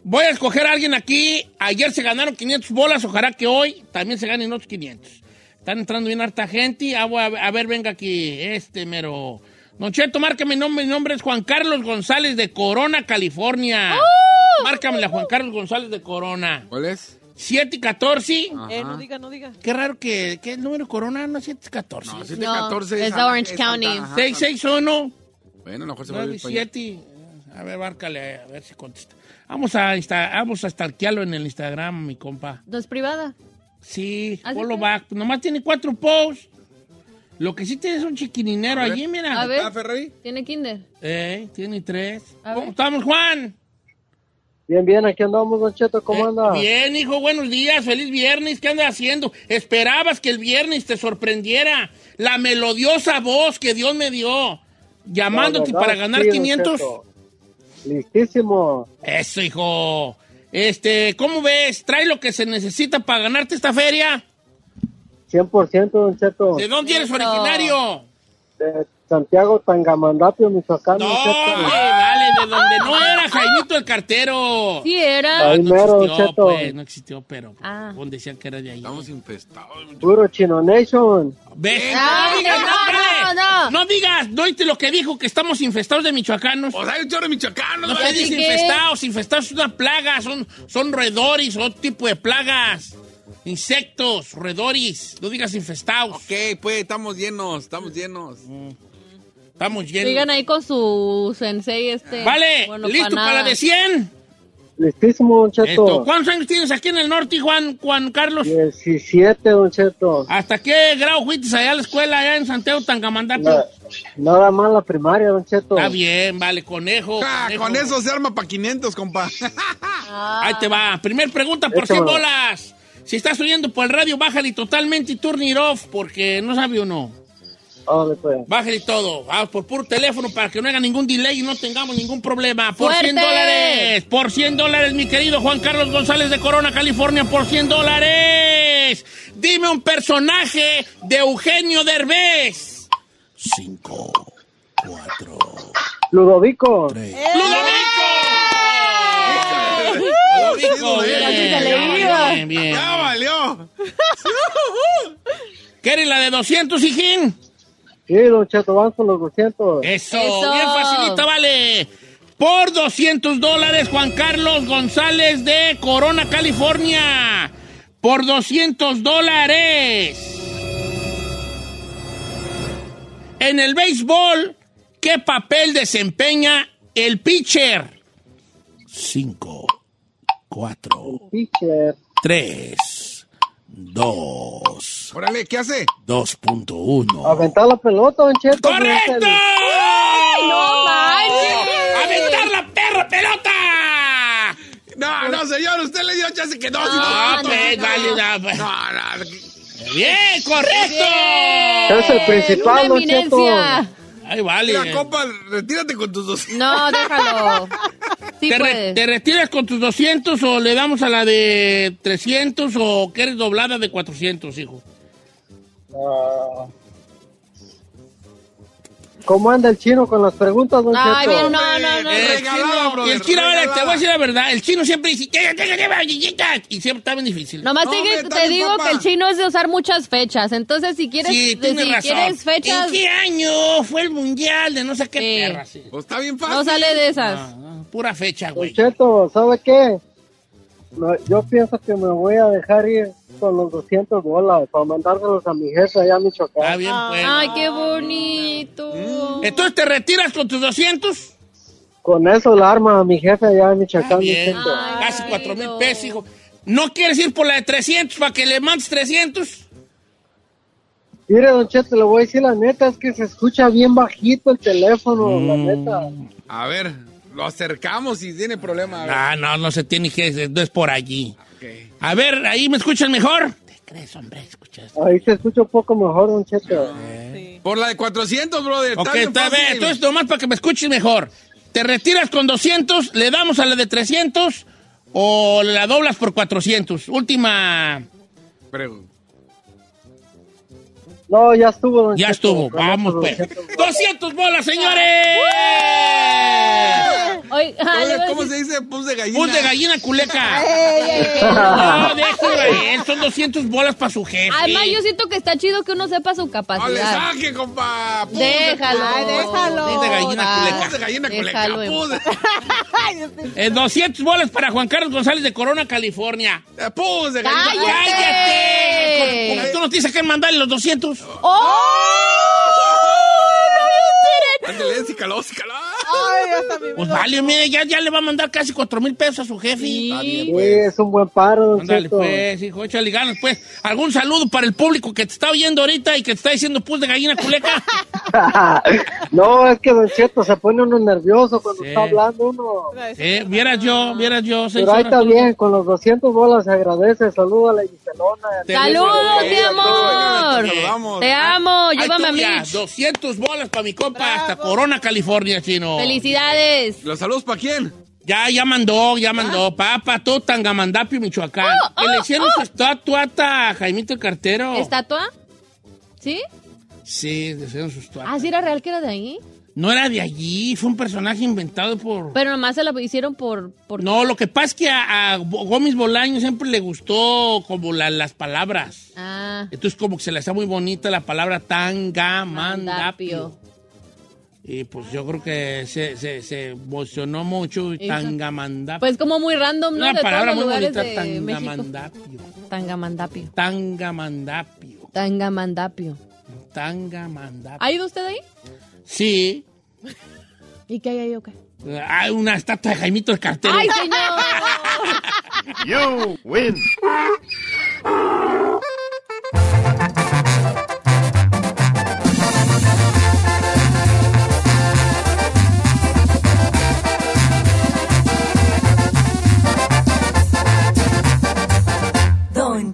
Speaker 4: voy a escoger a alguien aquí. Ayer se ganaron 500 bolas, ojalá que hoy también se ganen otros 500. Están entrando bien harta gente. Ah, voy a, ver- a ver, venga aquí, este mero. Don Cheto, márcame mi nombre. Mi nombre es Juan Carlos González de Corona, California.
Speaker 3: ¡Oh!
Speaker 4: Márcamela, Juan Carlos González de Corona.
Speaker 6: ¿Cuál es?
Speaker 4: 7 y 14.
Speaker 6: Ah,
Speaker 3: Eh, no diga, no diga.
Speaker 4: Qué raro que, que el número corona no es 714.
Speaker 6: No,
Speaker 4: No,
Speaker 6: 714
Speaker 5: es
Speaker 6: Santa-
Speaker 5: Orange
Speaker 6: Santa-
Speaker 5: County.
Speaker 6: ajá, Santa-
Speaker 4: 661
Speaker 6: Bueno, a lo mejor se va a ir para allá.
Speaker 4: 97. eh, A ver, bárcale, a ver si contesta. Vamos a, insta- vamos a stalkearlo en el Instagram, mi compa.
Speaker 5: No es privada. ¿Ah,
Speaker 4: Sí,
Speaker 5: ¿Así
Speaker 4: follow
Speaker 5: que?
Speaker 4: back. Nomás tiene cuatro posts. Lo que sí tiene es un chiquininero
Speaker 6: A ver.
Speaker 4: allí, mira.
Speaker 5: A ver.
Speaker 6: ¿Está Ferrari?
Speaker 5: Tiene Kinder.
Speaker 4: Eh, tiene tres.
Speaker 5: A
Speaker 4: ¿Cómo
Speaker 5: ver.
Speaker 4: estamos, Juan?
Speaker 7: Bien, bien, aquí andamos, Don Cheto, ¿cómo anda?
Speaker 4: Eh, Bien, hijo, buenos días, feliz viernes, ¿qué andas haciendo? Esperabas que el viernes te sorprendiera la melodiosa voz que Dios me dio, llamándote
Speaker 7: La verdad,
Speaker 4: para ganar
Speaker 7: sí, Don
Speaker 4: 500.
Speaker 7: Cheto. Listísimo.
Speaker 4: Eso, hijo. Este, ¿cómo ves? ¿Trae lo que se necesita para ganarte esta feria?
Speaker 7: 100%, Don Cheto.
Speaker 4: ¿De dónde eres
Speaker 5: Eso.
Speaker 4: originario?
Speaker 7: De Santiago Tangamandapio, Michoacán.
Speaker 4: No,
Speaker 7: Don Cheto.
Speaker 4: hombre, vale, de donde no era Jaimito Otto el cartero.
Speaker 5: Sí, era.
Speaker 4: Ah,
Speaker 5: Ahí
Speaker 4: no
Speaker 5: mero,
Speaker 4: existió,
Speaker 11: Cheto.
Speaker 4: pues, no existió, pero pues, según decían que era de ahí. Estamos
Speaker 6: infestados.
Speaker 11: Puro Chino Nation.
Speaker 4: ¿Ves?
Speaker 11: Ay,
Speaker 4: no, digas,
Speaker 11: no,
Speaker 4: no, espérate.
Speaker 5: no,
Speaker 4: No digas, no oíste lo que dijo, que estamos infestados de michoacanos. O sea, hay un chorro de michoacanos. No se
Speaker 6: güey.
Speaker 4: dice
Speaker 6: ¿Qué?
Speaker 4: infestados, infestados es una plaga, son, son roedores, otro tipo de plagas. Insectos, roedores, no digas infestados.
Speaker 6: Ok, pues estamos llenos, estamos llenos.
Speaker 4: Mm. Estamos
Speaker 5: Sigan ahí con su sensei este.
Speaker 4: Vale,
Speaker 5: bueno,
Speaker 4: listo
Speaker 5: nada.
Speaker 4: para de 100.
Speaker 11: Listísimo, Don Cheto.
Speaker 4: Esto, ¿Cuántos años tienes aquí en el norte, Juan, Juan Carlos?
Speaker 11: 17, Don Cheto.
Speaker 4: ¿Hasta qué grado fuiste allá a la escuela, allá en Santiago Tangamandapio?
Speaker 11: Na- nada más la primaria, Don Cheto.
Speaker 4: Está bien, vale, conejo.
Speaker 6: con eso se arma para 500, compa.
Speaker 4: Ahí te va. Primer pregunta, ¿por qué
Speaker 6: Échamelo.
Speaker 4: bolas? Si estás oyendo por el radio, bájale totalmente y turn it off, porque no sabe uno.
Speaker 11: Órale, pues.
Speaker 4: Bájale todo, ah, por puro teléfono, para que no haga ningún delay y no tengamos ningún problema. Por
Speaker 5: ¡Fuerte!
Speaker 4: 100 dólares, por 100 dólares, mi querido Juan Carlos González de Corona, California, por 100 dólares. Dime un personaje de Eugenio Derbez. Cinco, cuatro.
Speaker 11: Ludovico.
Speaker 4: Ludovico, eh, bien, bien, bien.
Speaker 6: Ya valió.
Speaker 4: ¿Quieres la de 200, hijín?
Speaker 11: Sí, Don Cheto, van con los 200.
Speaker 4: Eso, bien facilita, vale. Por 200 dólares, Juan Carlos González de Corona, California. Por 200 dólares. En el béisbol, ¿qué papel desempeña el pitcher? Cinco, cuatro,
Speaker 11: Pitcher.
Speaker 4: tres, dos,
Speaker 6: Órale, ¿qué hace?
Speaker 4: 2.1.
Speaker 11: Aventar la pelota, Don Cheto.
Speaker 4: ¡Correcto!
Speaker 5: no manches!
Speaker 4: ¡Aventar la perra pelota!
Speaker 6: No, no, señor, usted le dio chance que no. si
Speaker 4: Ah,
Speaker 6: no,
Speaker 4: pues,
Speaker 6: no,
Speaker 4: vale,
Speaker 6: no,
Speaker 4: no, pues.
Speaker 6: no, no.
Speaker 4: ¡Bien, correcto!
Speaker 11: Es el principal, Don Cheto.
Speaker 4: Ay, vale.
Speaker 6: Mira, compa, retírate con tus dos.
Speaker 5: No, déjalo. Sí pues.
Speaker 4: ¿Te, re-
Speaker 5: puedes.
Speaker 4: te retiras con tus 200 o le damos a la de 300 o quieres doblada de 400, hijo?
Speaker 7: 呃
Speaker 11: ¿Cómo anda el chino con las preguntas, Don
Speaker 5: Ay,
Speaker 11: Cheto?
Speaker 5: bien, no, no, no.
Speaker 4: El chino- y el chino, ahora, te voy a decir la verdad, el chino siempre dice, "Ya, ya, ya, ya, ya, ya", y siempre está bien difícil.
Speaker 5: Nomás
Speaker 4: No,
Speaker 5: te-
Speaker 4: hombre,
Speaker 5: te,
Speaker 4: está bien,
Speaker 5: digo
Speaker 4: papá.
Speaker 5: que el chino es de usar muchas fechas. Entonces, si quieres,
Speaker 4: Sí, tienes
Speaker 5: si
Speaker 4: razón.
Speaker 5: quieres fechas.
Speaker 4: ¿En qué año fue el mundial de no sé qué
Speaker 5: Sí.
Speaker 4: perra? sí? Ah,
Speaker 6: Pues está bien fácil.
Speaker 5: No sale de esas.
Speaker 4: Pura fecha,
Speaker 11: Don
Speaker 4: güey.
Speaker 11: Cheto, ¿sabe qué? No, yo pienso que me voy a dejar ir con los 200 bolas para mandárselos a mi jefe allá a Michoacán.
Speaker 4: Está bien, pues.
Speaker 5: Ay, qué bonito.
Speaker 4: Mm. Entonces te retiras con tus 200.
Speaker 11: Con eso la arma a mi jefe allá en Michoacán. mi
Speaker 4: Bien,
Speaker 11: Cheto.
Speaker 4: Ah, casi 4 mil pesos, hijo. ¿No quieres ir por la de 300 para que le mandes 300?
Speaker 11: Mire, Don Cheto, le voy a decir la neta, es que se escucha bien bajito el teléfono,
Speaker 4: Mm.
Speaker 11: la neta.
Speaker 6: A ver, lo acercamos si tiene problema. A ver.
Speaker 4: Ah, no, no se tiene que, no es por allí. A ver, ahí me escuchan mejor.
Speaker 11: Ahí se escucha un poco mejor, Don Cheto.
Speaker 6: Por la de 400, brother.
Speaker 4: Ok,
Speaker 6: bien
Speaker 4: está
Speaker 6: fácil.
Speaker 4: bien. Entonces, nomás para que me escuchen mejor. Te retiras con 200, le damos a la de 300 o la doblas por 400. Última.
Speaker 11: No, ya estuvo, Don
Speaker 4: Ya
Speaker 11: Cheto.
Speaker 4: estuvo,
Speaker 11: Con
Speaker 4: vamos,
Speaker 11: eso, don
Speaker 4: pues.
Speaker 11: Cheto.
Speaker 4: 200 bolas, señores.
Speaker 5: Oiga, le voy a
Speaker 6: ¿Cómo
Speaker 5: decir-
Speaker 6: se dice? Pus de gallina.
Speaker 4: Pus de gallina culeca. No, déjelo a él. Son 200 bolas para su jefe.
Speaker 5: Además, yo siento que está chido que uno sepa su
Speaker 6: No le
Speaker 5: capacidad.
Speaker 6: saque, compa. Pus de-
Speaker 5: Déjalo.
Speaker 6: Ay,
Speaker 5: déjalo.
Speaker 4: Pus de gallina culeca.
Speaker 6: Pus de gallina culeca.
Speaker 5: Déjalo en
Speaker 6: Pus de-
Speaker 4: Eh, 200 bolas para Juan Carlos González de Corona, California.
Speaker 6: eh, Pus de gallina.
Speaker 5: ¡Cállate!
Speaker 4: ¡Cállate! Como- como tú no tienes a quién mandarle los 200.
Speaker 11: ¡Oh!
Speaker 6: Ándale, sí caló, sí caló.
Speaker 3: Ay, hasta mi
Speaker 4: Pues vale, mire, ya, ya le va a mandar casi 4 mil pesos a su jefe. Está bien, pues.
Speaker 11: Sí, es un buen paro, Don
Speaker 4: Ándale,
Speaker 11: Cheto.
Speaker 4: pues, hijo, échale ganas, pues. ¿Algún saludo para el público que te está oyendo ahorita y que te está diciendo pus de gallina culeca?
Speaker 11: no, es que Don Cheto se pone uno nervioso cuando
Speaker 4: Sí.
Speaker 11: está hablando uno.
Speaker 4: Eh, vieras yo, vieras yo. seis
Speaker 11: Pero ahí
Speaker 4: horas
Speaker 11: está
Speaker 4: solo.
Speaker 11: bien, con los 200 bolas se agradece. Saluda a la Giselona.
Speaker 4: Te
Speaker 5: ¡Saludos,
Speaker 4: beso.
Speaker 5: mi amor!
Speaker 4: Te saludamos.
Speaker 5: Te amo, llévame a
Speaker 4: Ahí tú, ya,
Speaker 5: Mitch.
Speaker 4: 200 bolas para mi compa hasta Corona, California, chino.
Speaker 5: ¡Felicidades!
Speaker 6: ¿Los saludos para quién?
Speaker 4: Ya, ya mandó, ya mandó. Papa, todo Tangamandapio, Michoacán.
Speaker 5: Ah. Oh,
Speaker 4: Que
Speaker 5: oh,
Speaker 4: le hicieron
Speaker 5: oh.
Speaker 4: su estatua a Jaimito el Cartero.
Speaker 5: ¿Estatua? ¿Sí?
Speaker 4: Sí, le hicieron su estatua.
Speaker 5: ¿Ah, sí era real que era de ahí?
Speaker 4: No era de allí, fue un personaje inventado por...
Speaker 5: Pero nomás se lo hicieron por... por...
Speaker 4: No, lo que pasa es que a, a Gómez Bolaño siempre le gustó como la- las palabras.
Speaker 5: Ah,
Speaker 4: Entonces como que se le hacía muy bonita la palabra tanga,
Speaker 5: mandapio.
Speaker 4: mandapio. Y pues yo creo que se, se, se emocionó mucho y
Speaker 5: Eso.
Speaker 4: tanga, mandapio.
Speaker 5: Pues como muy random, ¿no?
Speaker 4: Una
Speaker 5: de
Speaker 4: palabra
Speaker 5: todos los
Speaker 4: muy
Speaker 5: lugares
Speaker 4: bonita,
Speaker 5: de
Speaker 4: tangamandapio.
Speaker 5: México. Tangamandapio.
Speaker 4: Tanga, mandapio.
Speaker 5: Tangamandapio.
Speaker 4: Tanga, mandapio.
Speaker 5: ¿Ha ido usted ahí?
Speaker 4: Sí.
Speaker 5: ¿Y qué hay ahí o qué?
Speaker 4: Hay una estatua de Jaimito el Cartero.
Speaker 5: ¡Ay, señor!
Speaker 4: You win.
Speaker 10: Don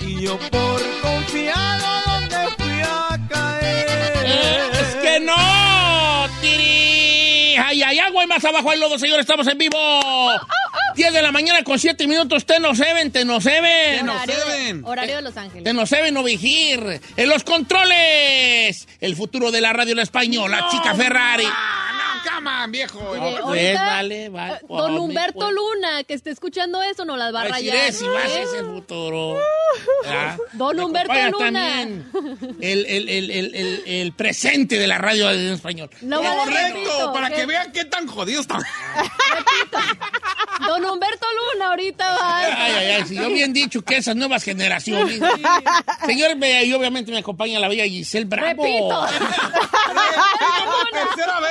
Speaker 12: Y yo por confiado donde fui a caer.
Speaker 4: ¡Es que no! ¡Tiri! ¡Ay, ay, agua! Y más abajo hay lodo, señores. Estamos en vivo. 10 de la mañana con 7 minutos. Te nos seven, te nos seven.
Speaker 5: Horario, horario de Los Ángeles.
Speaker 4: Te nos seven, ovigir. En los controles. El futuro de la radio en la española, chica Ferrari.
Speaker 6: Ah, no, cama, viejo.
Speaker 5: Mire,
Speaker 4: pues,
Speaker 5: ahorita,
Speaker 4: vale, vale.
Speaker 5: eh, Don
Speaker 4: Pues,
Speaker 5: Humberto
Speaker 4: pues.
Speaker 5: Luna, que esté escuchando eso, no las va a
Speaker 4: Ay, sí,
Speaker 5: rayar.
Speaker 4: ves, Pues si vas,
Speaker 5: ¿Eh?
Speaker 4: es el futuro. ¿Verdad?
Speaker 5: Don Humberto
Speaker 4: acompañas
Speaker 5: Luna.
Speaker 4: El, el, el, el, el, el presente de la radio en español.
Speaker 5: No vale, repito,
Speaker 6: Correcto, para
Speaker 5: que-
Speaker 6: que vean qué tan jodidos están.
Speaker 5: Don Humberto Luna, ahorita va.
Speaker 4: Ay, ay, ay, si yo bien dicho que esas nuevas generaciones. Señor, me- y obviamente me acompaña la bella Giselle Bravo.
Speaker 5: Repito.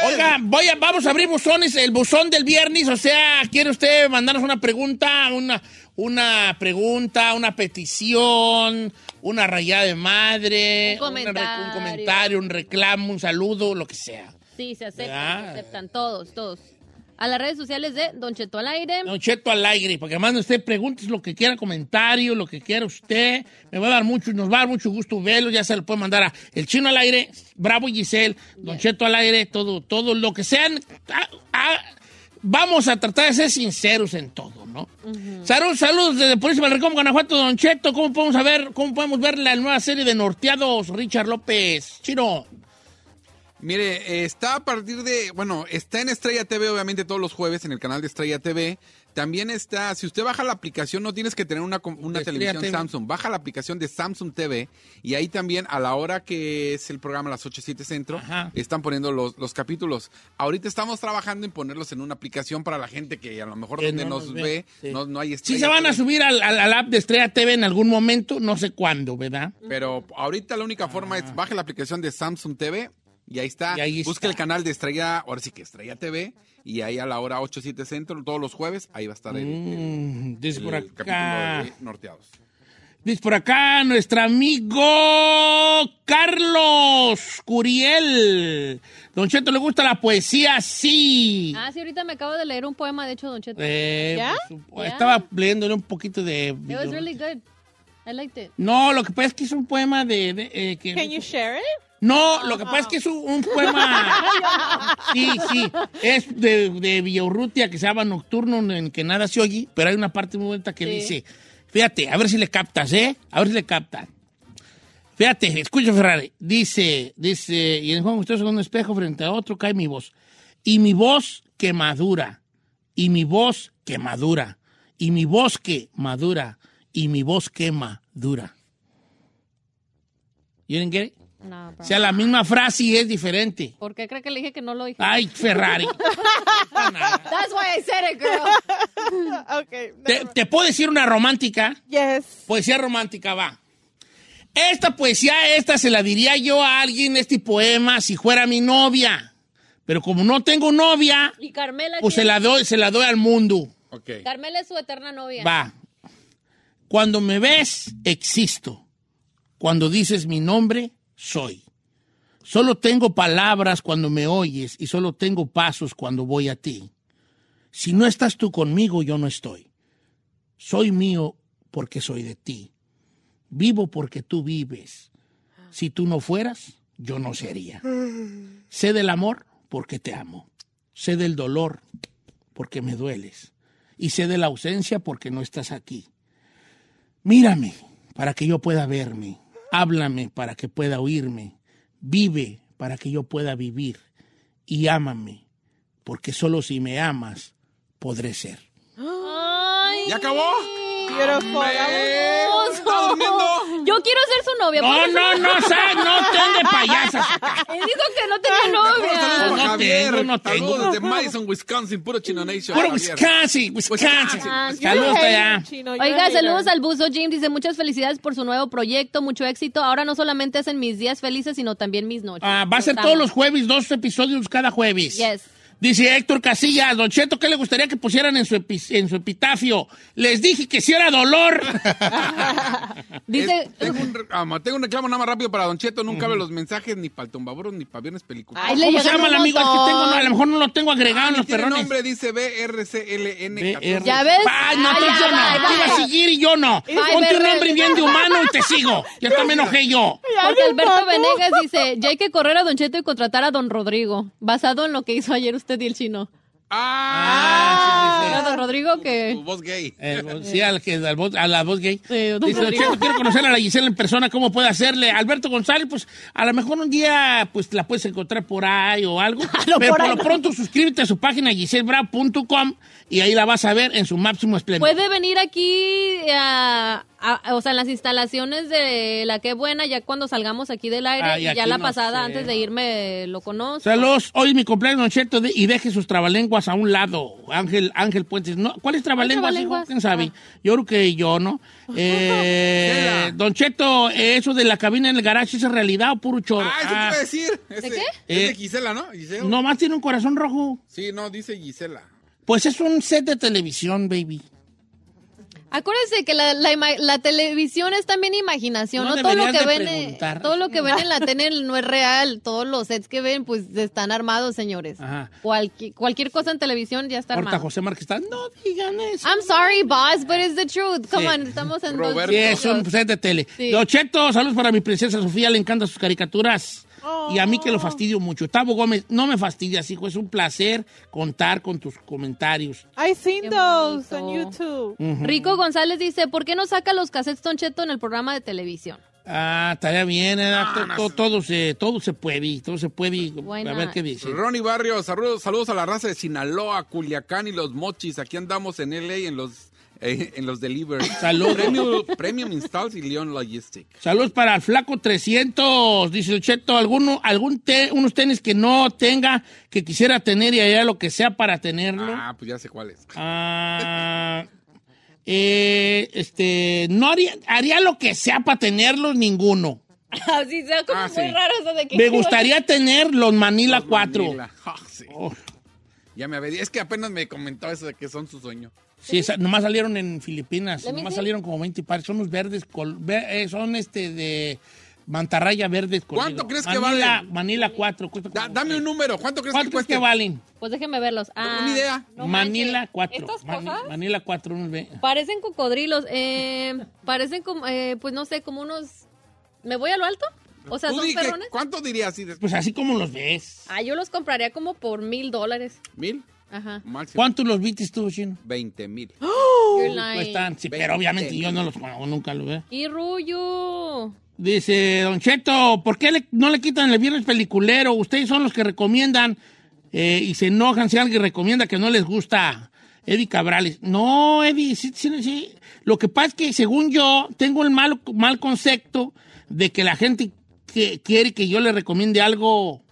Speaker 4: Oiga, voy a- vamos a abrir buzones, el buzón del viernes, o sea, ¿quiere usted mandarnos una pregunta, una, una pregunta, una petición, una rayada de madre,
Speaker 5: Un comentario.
Speaker 4: re- un comentario, un reclamo, un saludo, lo que sea?
Speaker 5: Sí, se aceptan,
Speaker 4: ¿Verdad?
Speaker 5: se aceptan todos, todos. A las redes sociales de Don Cheto al aire.
Speaker 4: Don Cheto al aire, para que mande usted preguntas, lo que quiera, comentario, lo que quiera usted. Me va a dar mucho, nos va a dar mucho gusto verlo. Ya se lo puede mandar a El Chino al aire, Bravo Giselle, Don Cheto al aire, todo, todo lo que sean. Ah, ah, vamos a tratar de ser sinceros en todo, ¿no? Saludos, saludos desde Purísima del Rincón, Guanajuato, Don Cheto. ¿Cómo podemos saber, cómo podemos ver la nueva serie de Norteados, Richard López? Chino.
Speaker 6: Mire, eh, está a partir de, bueno, está en Estrella TV, obviamente todos los jueves en el canal de Estrella TV. También está, si usted baja la aplicación, no tienes que tener una, com- una
Speaker 4: Estrella
Speaker 6: televisión
Speaker 4: TV.
Speaker 6: Samsung, baja la aplicación de Samsung TV y ahí también a la hora que es el programa a las 8 7 centro, están poniendo los, los capítulos. Ahorita estamos trabajando en ponerlos en una aplicación para la gente que a lo mejor
Speaker 4: Que
Speaker 6: donde
Speaker 4: no
Speaker 6: nos
Speaker 4: nos
Speaker 6: ve,
Speaker 4: ve,
Speaker 6: no, no hay
Speaker 4: Sí
Speaker 6: Estrella
Speaker 4: se van a
Speaker 6: TV.
Speaker 4: subir al, al- al app de Estrella TV en algún momento, no sé cuándo, ¿verdad?
Speaker 6: Pero ahorita la única forma
Speaker 4: Ah.
Speaker 6: es baje la aplicación de Samsung TV y ahí está. Busca el canal de Estrella, ahora sí que Estrella TV, y ahí a la hora 8, 7 centro, todos los jueves, ahí va a estar el,
Speaker 4: Mm, dice por
Speaker 6: el
Speaker 4: acá.
Speaker 6: capítulo de Norteados.
Speaker 4: Dice por acá nuestro amigo Carlos Curiel. Don Cheto, ¿le gusta la poesía? Sí.
Speaker 5: Ah, sí, ahorita me acabo de leer un poema, de hecho, Don Cheto.
Speaker 4: Eh,
Speaker 5: ¿Ya?
Speaker 4: pues, supo- Estaba leyéndole un poquito de...
Speaker 5: It was really good. I liked it.
Speaker 4: No, lo que pasa es que es un poema de... de- eh, que-
Speaker 3: Can you share it?
Speaker 4: No, lo que pasa es que es un, un poema... Sí, sí. Es de, de Villaurrutia que se llama Nocturno en que nada se oye, pero hay una parte muy bonita que
Speaker 5: Sí.
Speaker 4: dice, fíjate, a ver si le captas, ¿eh? A ver si le captas. Fíjate, escucha Ferrari. Dice, dice, y en Juan Gustavo segundo espejo frente a otro cae mi voz. Y mi voz que madura, y mi voz que madura, y mi voz que madura, y mi voz quema dura. You didn't get it?
Speaker 5: No, bro.
Speaker 4: O sea, la misma frase y es diferente.
Speaker 5: ¿Por qué cree que le dije que no lo dije?
Speaker 4: Ay, Ferrari.
Speaker 5: That's why I said it, girl.
Speaker 3: okay.
Speaker 4: ¿Te, te puedo decir una romántica?
Speaker 3: Yes.
Speaker 4: Poesía romántica, va. Esta poesía, esta se la diría yo a alguien, este poema, si fuera mi novia. Pero como no tengo novia,
Speaker 5: Y Carmela.
Speaker 4: pues se
Speaker 5: tiene-
Speaker 4: la doy, se la doy al mundo.
Speaker 5: Carmela es su eterna novia.
Speaker 4: Va. Cuando me ves, existo. Cuando dices mi nombre, soy. Solo tengo palabras cuando me oyes y solo tengo pasos cuando voy a ti. Si no estás tú conmigo, yo no estoy. Soy mío porque soy de ti. Vivo porque tú vives. Si tú no fueras, yo no sería. Sé del amor porque te amo. Sé del dolor porque me dueles. Y sé de la ausencia porque no estás aquí. Mírame para que yo pueda verme. Háblame para que pueda oírme. Vive para que yo pueda vivir. Y ámame porque solo si me amas podré ser.
Speaker 5: Ay.
Speaker 4: ¿Ya acabó?
Speaker 3: Beautiful.
Speaker 5: Hermoso. Yo quiero ser su novia.
Speaker 4: No,
Speaker 5: ¿puedes?
Speaker 4: no, no, Sa- no, ten de payasas.
Speaker 5: Él dijo que no tenía novia.
Speaker 4: No tengo, no tengo.
Speaker 6: Saludos desde Madison, Wisconsin, puro Chino Nation.
Speaker 4: Puro
Speaker 6: Javier. Pues,
Speaker 4: Wisconsin, Wisconsin.
Speaker 5: Ah,
Speaker 4: Saludos allá.
Speaker 5: Oiga, saludos al buzo Jim. Dice muchas felicidades por su nuevo proyecto, mucho éxito. Ahora no solamente es en mis días felices, sino también mis noches.
Speaker 4: Ah, va a ser
Speaker 5: Los
Speaker 4: todos
Speaker 5: amo.
Speaker 4: los jueves, dos episodios cada jueves.
Speaker 5: Yes.
Speaker 4: Dice Héctor Casillas, Don Cheto, ¿qué le gustaría que pusieran en su, epi- en su epitafio? Les dije que si era dolor.
Speaker 5: Dice.
Speaker 6: Tengo un, re- ah, ma, tengo un reclamo nada más rápido para Don Cheto. Nunca ve los mensajes ni para el tumbaburro ni para viernes película.
Speaker 4: Ay, ¿Cómo se llama el amigo? Es que tengo, no, a lo mejor no lo tengo agregado en los
Speaker 6: Ah, Tiene
Speaker 4: perrones.
Speaker 6: nombre, dice BRCLN.
Speaker 4: Ya ves. Ay, no, tú yo no. Tú vas a seguir y yo no.
Speaker 5: Ay,
Speaker 4: Ponte un
Speaker 5: Berrel.
Speaker 4: hombre bien de humano y te sigo. Ya hasta me enojé yo.
Speaker 5: Jorge Alberto Venegas dice, ya hay que correr a Don Cheto y contratar a Don Rodrigo, basado en lo que hizo ayer usted y el chino. Ah, Don Rodrigo que...
Speaker 6: Voz gay.
Speaker 4: Eh, sí, al que- al voz- a la voz gay.
Speaker 5: don
Speaker 4: Dice,
Speaker 5: Rodrigo.
Speaker 4: "Cheto, quiero conocer a la Gisela en persona, ¿cómo puede hacerle? Alberto González, pues a lo mejor un día pues la puedes encontrar por ahí o algo. pero
Speaker 5: por
Speaker 4: por
Speaker 5: ahí
Speaker 4: lo
Speaker 5: no.
Speaker 4: pronto suscríbete a su página giselbravo.com y ahí la vas a ver en su máximo esplendor.
Speaker 5: Puede venir aquí, eh, a, a- o sea, en las instalaciones de La Qué Buena, ya cuando salgamos aquí del aire,
Speaker 4: Ay, Ah, aquí
Speaker 5: ya la
Speaker 4: no
Speaker 5: pasada,
Speaker 4: sé.
Speaker 5: antes de irme, lo conozco.
Speaker 4: Saludos, hoy es mi cumpleaños, Don Cheto, de- y deje sus trabalenguas a un lado. Ángel, Ángel Puentes. No, ¿Cuál es trabalenguas,
Speaker 5: ¿Cuál
Speaker 4: hijo?
Speaker 5: trabalenguas? Ah.
Speaker 4: ¿Quién sabe? Yo creo que yo, ¿no? Eh, don Cheto, eh, eso de la cabina en el garage, ¿eso ¿es realidad o puro choro?
Speaker 6: Ah, eso te
Speaker 4: Ah,
Speaker 6: iba a decir. Ese-
Speaker 5: qué?
Speaker 6: Es
Speaker 4: Eh,
Speaker 6: de Gisela, ¿no? Gisela.
Speaker 4: nomás tiene un corazón rojo.
Speaker 6: Sí, no, dice Gisela.
Speaker 4: Pues es un set de televisión, baby.
Speaker 5: Acuérdense que la, la ima- la televisión es también imaginación,
Speaker 4: No
Speaker 5: ¿no? Todo lo
Speaker 4: deberías
Speaker 5: que
Speaker 4: de
Speaker 5: ven, eh,
Speaker 4: preguntar.
Speaker 5: todo lo que ven en la tele no es real. Todos los sets que ven, pues están armados, señores.
Speaker 4: Ajá.
Speaker 5: Cualqui- cualquier cosa en televisión ya está
Speaker 4: Ahorita
Speaker 5: armada.
Speaker 4: José Márquez está. No, digan eso.
Speaker 5: I'm sorry, boss, but it's the truth. Come
Speaker 4: Sí.
Speaker 5: on, estamos en dos-
Speaker 4: Sí, es un set de tele.
Speaker 5: Sí.
Speaker 4: Don Cheto, saludos para mi princesa Sofía, le encantan sus caricaturas.
Speaker 5: Oh.
Speaker 4: Y a mí que lo fastidio mucho. Tavo Gómez, no me fastidias, hijo. Es un placer contar con tus comentarios.
Speaker 3: I've seen those on YouTube.
Speaker 4: Ujú.
Speaker 5: Rico González dice, ¿por qué no saca los cassettes Don Cheto en el programa de televisión?
Speaker 4: Ah, estaría bien, eh, to- to- todo, se, todo se puede, todo se puede.
Speaker 5: Why
Speaker 4: A
Speaker 5: not?
Speaker 4: ver qué dice.
Speaker 6: Ronnie Barrios, saludos, saludos a la raza de Sinaloa, Culiacán y los mochis. Aquí andamos en LA en los, eh, en los delivery.
Speaker 4: Saludos.
Speaker 6: Premium, Premium Installs y Leon Logistics.
Speaker 4: Saludos para el Flaco 300, dice Don Cheto. ¿Alguno, algún te- unos tenis que no tenga, que quisiera tener y allá lo que sea para tenerlo?
Speaker 6: Ah, pues ya sé cuáles.
Speaker 4: Ah, eh, este, no haría, haría lo que sea para tenerlos ninguno.
Speaker 5: Así sea como muy raro eso de que...
Speaker 4: Ah, Me gustaría tener los Manila 4.
Speaker 6: Manila. Ah, sí.
Speaker 4: Oh.
Speaker 6: Ya me había Es que apenas me comentó eso de que son su sueño.
Speaker 4: Sí, esa- nomás salieron en Filipinas,
Speaker 6: Let me
Speaker 4: nomás
Speaker 6: see.
Speaker 4: salieron como 20 pares. Son los verdes, col- ve- eh, son este de mantarraya verdes.
Speaker 6: ¿Cuánto crees que
Speaker 4: Manila,
Speaker 6: valen?
Speaker 4: Manila 4.
Speaker 6: dame un número, ¿cuánto crees
Speaker 4: ¿Cuánto
Speaker 6: que
Speaker 4: crees que
Speaker 6: cuesten?
Speaker 4: valen?
Speaker 5: Pues déjenme verlos. Ah,
Speaker 4: una idea.
Speaker 5: no
Speaker 4: Manila
Speaker 5: manches.
Speaker 4: 4.
Speaker 5: Estas
Speaker 4: Mani-
Speaker 5: cosas
Speaker 4: Manila 4, unos ve-
Speaker 5: Parecen cocodrilos, eh, parecen como, eh, pues no sé, como unos... ¿Me voy a lo alto? O sea,
Speaker 6: Tú
Speaker 5: son
Speaker 6: di que-
Speaker 5: perrones.
Speaker 6: ¿Cuánto dirías? así de-
Speaker 4: Pues así como los ves.
Speaker 5: Ah, yo los compraría como por mil dólares.
Speaker 6: ¿Mil?
Speaker 5: Ajá.
Speaker 6: Máximo.
Speaker 4: ¿Cuántos los viste tú, Chino?
Speaker 6: 20 mil.
Speaker 4: ¡Oh!
Speaker 5: You're
Speaker 4: Pues
Speaker 5: lying.
Speaker 4: Cuestan, sí, pero
Speaker 6: Veinte
Speaker 4: obviamente
Speaker 6: mil.
Speaker 4: yo no los conozco, nunca los veo.
Speaker 5: ¡Qué rollo!
Speaker 4: Dice Don Cheto, ¿por qué le- no le quitan el viernes peliculero? Ustedes son los que recomiendan eh, y se enojan si alguien recomienda que no les gusta. Eddie Cabrales. No, Eddie, sí, sí, sí. Lo que pasa es que, según yo, tengo el mal, mal concepto de que la gente que quiere que yo le recomiende algo.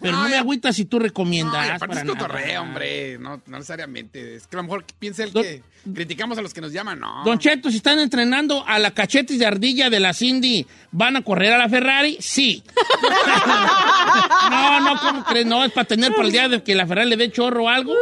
Speaker 4: Pero no me agüita si tú recomiendas.
Speaker 6: Ay, aparte es
Speaker 4: para nada.
Speaker 6: cotorreo, hombre. No, no necesariamente. Es que a lo mejor piensa el que criticamos a los que nos llaman, no.
Speaker 4: Don Cheto, si están entrenando a la cachetes de ardilla de la Cindy, ¿van a correr a la Ferrari? Sí. no, no, ¿cómo crees? No, es para tener para el día de que la Ferrari le dé chorro o algo,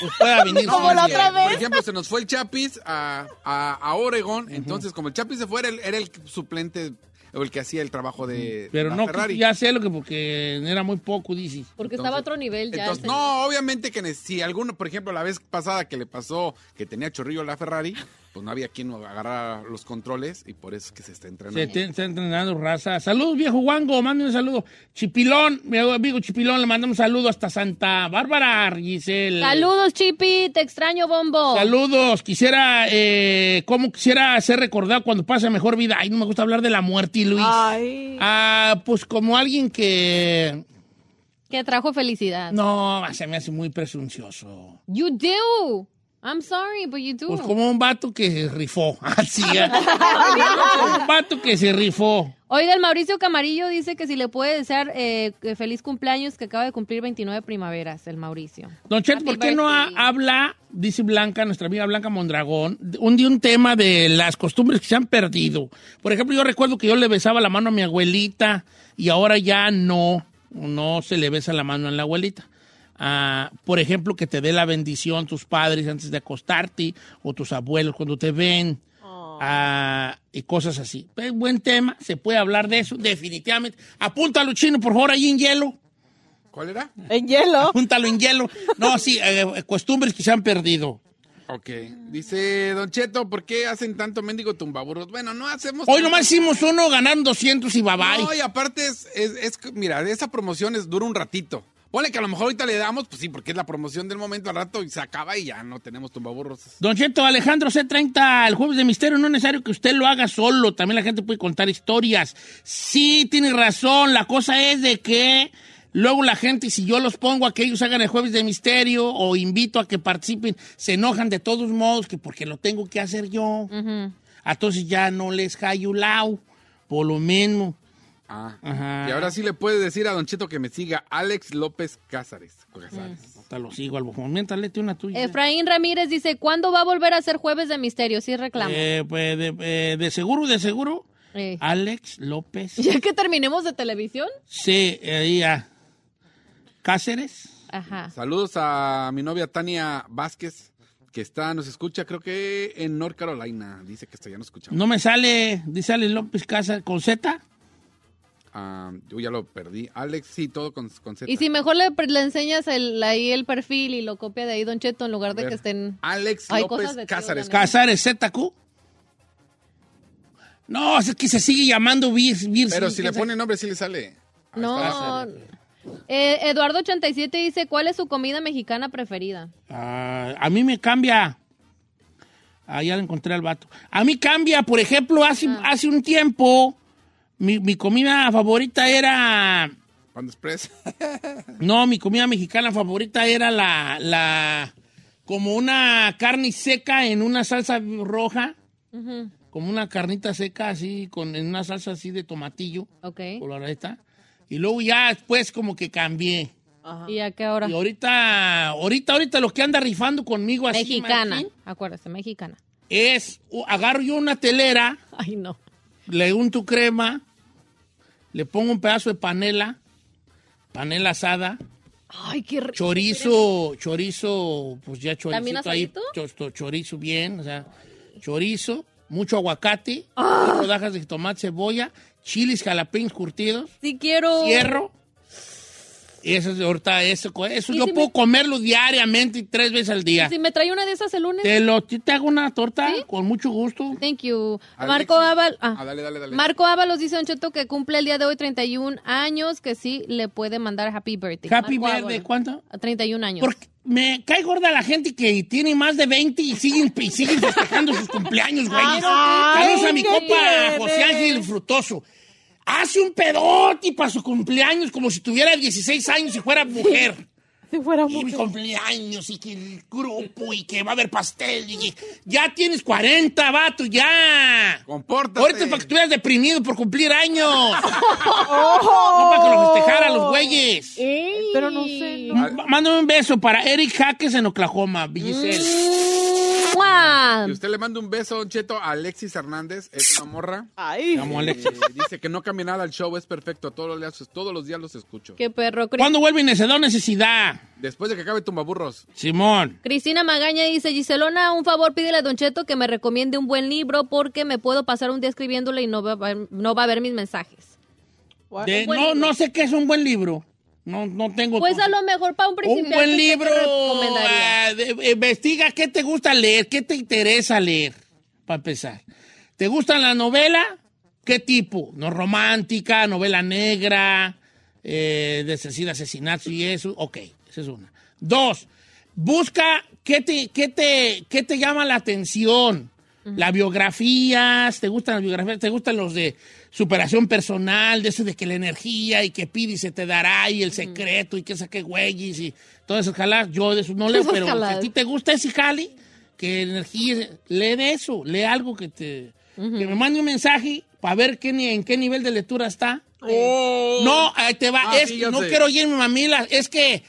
Speaker 4: pues pueda venir.
Speaker 6: Sí,
Speaker 4: sola.
Speaker 6: sí, Por ejemplo, se nos fue el Chapis a, a, a Oregón. Entonces, como el Chapis se fue, era el, era el suplente o el que hacía el trabajo de
Speaker 4: Pero
Speaker 6: la
Speaker 4: no,
Speaker 6: Ferrari.
Speaker 4: ya sé lo que porque era muy poco, dices.
Speaker 5: Porque estaba a otro nivel ya. este
Speaker 6: Entonces,
Speaker 5: se-
Speaker 6: no, obviamente que ne- si alguno, por ejemplo, la vez pasada que le pasó que tenía chorrillo la Ferrari, pues no había quien agarrara los controles y por eso es que se está entrenando.
Speaker 4: Se te- está entrenando raza. Saludos, viejo Wango, mande un saludo. Chipilón, mi amigo Chipilón, le mandamos un saludo hasta Santa Bárbara, Giselle.
Speaker 5: Saludos, Chipi, te extraño, Bombo.
Speaker 4: Saludos, quisiera, eh, ¿cómo quisiera ser recordado cuando pase mejor vida? Ay, no me gusta hablar de la muerte, Luis.
Speaker 5: Ay.
Speaker 4: Ah, pues como alguien que...
Speaker 5: Que trajo felicidad.
Speaker 4: No, se me hace muy presuncioso.
Speaker 5: You do. I'm sorry, but you do.
Speaker 4: Pues como un vato que se rifó. Así es. un vato que se rifó.
Speaker 5: Oiga, el Mauricio Camarillo dice que si le puede desear eh, que feliz cumpleaños, que acaba de cumplir 29 primaveras, el Mauricio.
Speaker 4: Don Chet, ¿por qué no ha- habla, dice Blanca, nuestra amiga Blanca Mondragón, de- un día un tema de las costumbres que se han perdido? Por ejemplo, yo recuerdo que yo le besaba la mano a mi abuelita y ahora ya no, no se le besa la mano a la abuelita. Ah, por ejemplo, que te dé la bendición tus padres antes de acostarte o tus abuelos cuando te ven ah, y cosas así. Pues, buen tema, se puede hablar de eso, definitivamente. Apúntalo, chino, por favor, ahí en hielo.
Speaker 6: ¿Cuál era?
Speaker 4: En hielo. Apúntalo en hielo. No, sí, eh, costumbres que se han perdido.
Speaker 6: Ok. Dice Don Cheto, ¿por qué hacen tanto mendigo tumbaburros? Bueno, no hacemos.
Speaker 4: Hoy nomás hicimos uno, ganaron 200 y babay.
Speaker 6: No, y aparte es, es- es que, mira, esa promoción es dura un ratito. Ponle que a lo mejor ahorita le damos, pues sí, porque es la promoción del momento al rato y se acaba y ya no tenemos tumbaburros.
Speaker 4: Don Cheto, Alejandro C30, el jueves de misterio, no es necesario que usted lo haga solo, también la gente puede contar historias. Sí, tiene razón, la cosa es de que luego la gente, si yo los pongo a que ellos hagan el jueves de misterio o invito a que participen, se enojan de todos modos que porque lo tengo que hacer yo. Entonces ya no les callo lao, por lo menos.
Speaker 6: Ah,
Speaker 4: Ajá.
Speaker 6: Y ahora sí le puedes decir a Don Cheto que me siga Alex López Cázares. Cázares.
Speaker 4: Hasta lo sigo al bofón. Mientras lete una tuya.
Speaker 5: Mm. Efraín Ramírez dice, ¿cuándo va a volver a ser jueves de misterio? Sí, reclamo.
Speaker 4: Eh, pues, de, eh, de seguro, de seguro.
Speaker 5: Eh.
Speaker 4: Alex López. eh,
Speaker 5: Ya que terminemos de televisión.
Speaker 4: Sí, ahí ya. Cáceres.
Speaker 5: Ajá.
Speaker 6: Saludos a mi novia Tania Vázquez, que está, nos escucha, creo que en North Carolina. Dice que está, ya nos escuchamos.
Speaker 4: No me sale, dice Alex López Cáceres, con Z.
Speaker 6: Ah, yo ya lo perdí. Alex, sí, todo con, con Z.
Speaker 5: Y si mejor le, le enseñas el, ahí el perfil y lo copia de ahí, Don Cheto, en lugar de
Speaker 6: ver.
Speaker 5: que estén...
Speaker 6: Alex
Speaker 5: Hay
Speaker 6: López
Speaker 5: cosas de tíos,
Speaker 6: Cázares.
Speaker 4: Cáceres ZQ. No, es que se sigue llamando Vir. Vir-
Speaker 6: Pero si le
Speaker 4: ¿quién sabe?
Speaker 6: pone nombre, sí le sale.
Speaker 5: No. Eh, Eduardo 87 dice, ¿cuál es su comida mexicana preferida?
Speaker 4: Ah, a mí me cambia. Ah, ya lo encontré al vato. A mí cambia, por ejemplo, hace,
Speaker 5: Ah.
Speaker 4: hace un tiempo, mi, mi comida favorita era.
Speaker 6: Pan Express.
Speaker 4: No, mi comida mexicana favorita era la, la. como una carne seca en una salsa roja, como una carnita seca así, con en una salsa así de tomatillo,
Speaker 5: Ok.
Speaker 4: coloradita. Y luego ya después como que cambié.
Speaker 5: ¿Y a qué hora?
Speaker 4: Y ahorita, ahorita, ahorita lo que anda rifando conmigo así.
Speaker 5: Mexicana.
Speaker 4: machín,
Speaker 5: Acuérdese, mexicana.
Speaker 4: es, u- agarro yo una telera.
Speaker 5: Ay, no.
Speaker 4: Le unto crema, le pongo un pedazo de panela, panela asada,
Speaker 5: Ay, qué rico.
Speaker 4: chorizo, chorizo, pues ya
Speaker 5: ¿También
Speaker 4: chorizo ahí,
Speaker 5: asadito?
Speaker 4: cho- cho- chorizo bien, o sea, chorizo, mucho aguacate,
Speaker 5: Ah.
Speaker 4: rodajas de tomate, cebolla, chiles jalapeños curtidos,
Speaker 5: Sí quiero.
Speaker 4: hierro. Eso es ahorita, eso, co- eso
Speaker 5: ¿Y
Speaker 4: yo
Speaker 5: si
Speaker 4: puedo
Speaker 5: me-
Speaker 4: comerlo diariamente y tres veces al día.
Speaker 5: Si me trae una de esas el lunes.
Speaker 4: Te lo, te hago una torta con mucho gusto.
Speaker 5: Thank you.
Speaker 4: Alexis.
Speaker 5: Marco Ábalos.
Speaker 4: Ah, dale, dale, dale.
Speaker 5: Marco Ábalos dice Don Cheto que cumple el día de hoy 31 años, que sí le puede mandar happy birthday.
Speaker 4: Happy
Speaker 5: Marco
Speaker 4: birthday,
Speaker 5: Ábalos.
Speaker 4: ¿cuánto?
Speaker 5: A 31 años.
Speaker 4: Porque me cae gorda la gente que tiene más de 20 y siguen, y siguen festejando sus cumpleaños, güeyes.
Speaker 12: Ay,
Speaker 4: Saludos a mi
Speaker 12: ¿qué
Speaker 4: copa
Speaker 12: tiene?
Speaker 4: José Ángel Frutoso. Hace un pedote para su cumpleaños como si tuviera 16 años y fuera mujer.
Speaker 3: Si fuera
Speaker 4: Y mi
Speaker 3: mujer.
Speaker 4: cumpleaños y que el grupo y que va a haber pastel. Y que- ya tienes 40, vato, ya.
Speaker 6: Compórtate.
Speaker 4: Ahorita es para que estuvieras deprimido por cumplir años. No para que lo festejara los güeyes.
Speaker 3: Pero no sé. no.
Speaker 4: M- Mándame un beso para Eric Jaques en Oklahoma, Villicel.
Speaker 6: Mm. Y usted le manda un beso, Don Cheto, a Alexis Hernández. Es una morra. Eh,
Speaker 3: Ay.
Speaker 4: Amo a Alexis.
Speaker 6: dice que no cambia nada el show, es perfecto. Todos los, días- todos los días los escucho.
Speaker 5: Qué perro. Cri-
Speaker 4: ¿Cuándo vuelve Necesidad Necesidad?
Speaker 6: Después de que acabe Tumbaburros.
Speaker 4: Simón.
Speaker 5: Cristina Magaña dice, Giselona, un favor, pídele a Don Cheto que me recomiende un buen libro porque me puedo pasar un día escribiéndole y no va a ver, no va a ver mis mensajes.
Speaker 4: De-
Speaker 5: Ah, Un buen
Speaker 4: no,
Speaker 5: libro.
Speaker 4: no sé qué es un buen libro. No, no tengo.
Speaker 5: Pues a lo mejor para un
Speaker 4: un
Speaker 5: principiante.
Speaker 4: buen
Speaker 5: ¿qué te
Speaker 4: libro.
Speaker 5: recomendaría?
Speaker 4: ah, de- investiga qué te gusta leer, qué te interesa leer, para empezar. ¿Te gusta la novela? ¿Qué tipo? ¿No romántica, novela negra, eh, de asesino, asesinato y eso? Ok, esa es una. Dos, busca qué te, qué te, qué te llama la atención. Las biografías, ¿te gustan las biografías? ¿Te gustan los de superación personal? De eso de que la energía y que pide y se te dará y el secreto y que saque güeyes y todo eso, ojalá. Yo de eso no leo,
Speaker 5: Esas
Speaker 4: pero si a
Speaker 5: jaladas.
Speaker 4: ti te gusta ese jali, que energía, lee de eso, lee algo que te... Que me mande un mensaje para ver qué, ni- en qué nivel de lectura está. No, ahí te va.
Speaker 6: Oh. Ah,
Speaker 4: es
Speaker 6: sí,
Speaker 4: que
Speaker 6: yo
Speaker 4: no
Speaker 6: sé.
Speaker 4: quiero oírme, mamila. Es que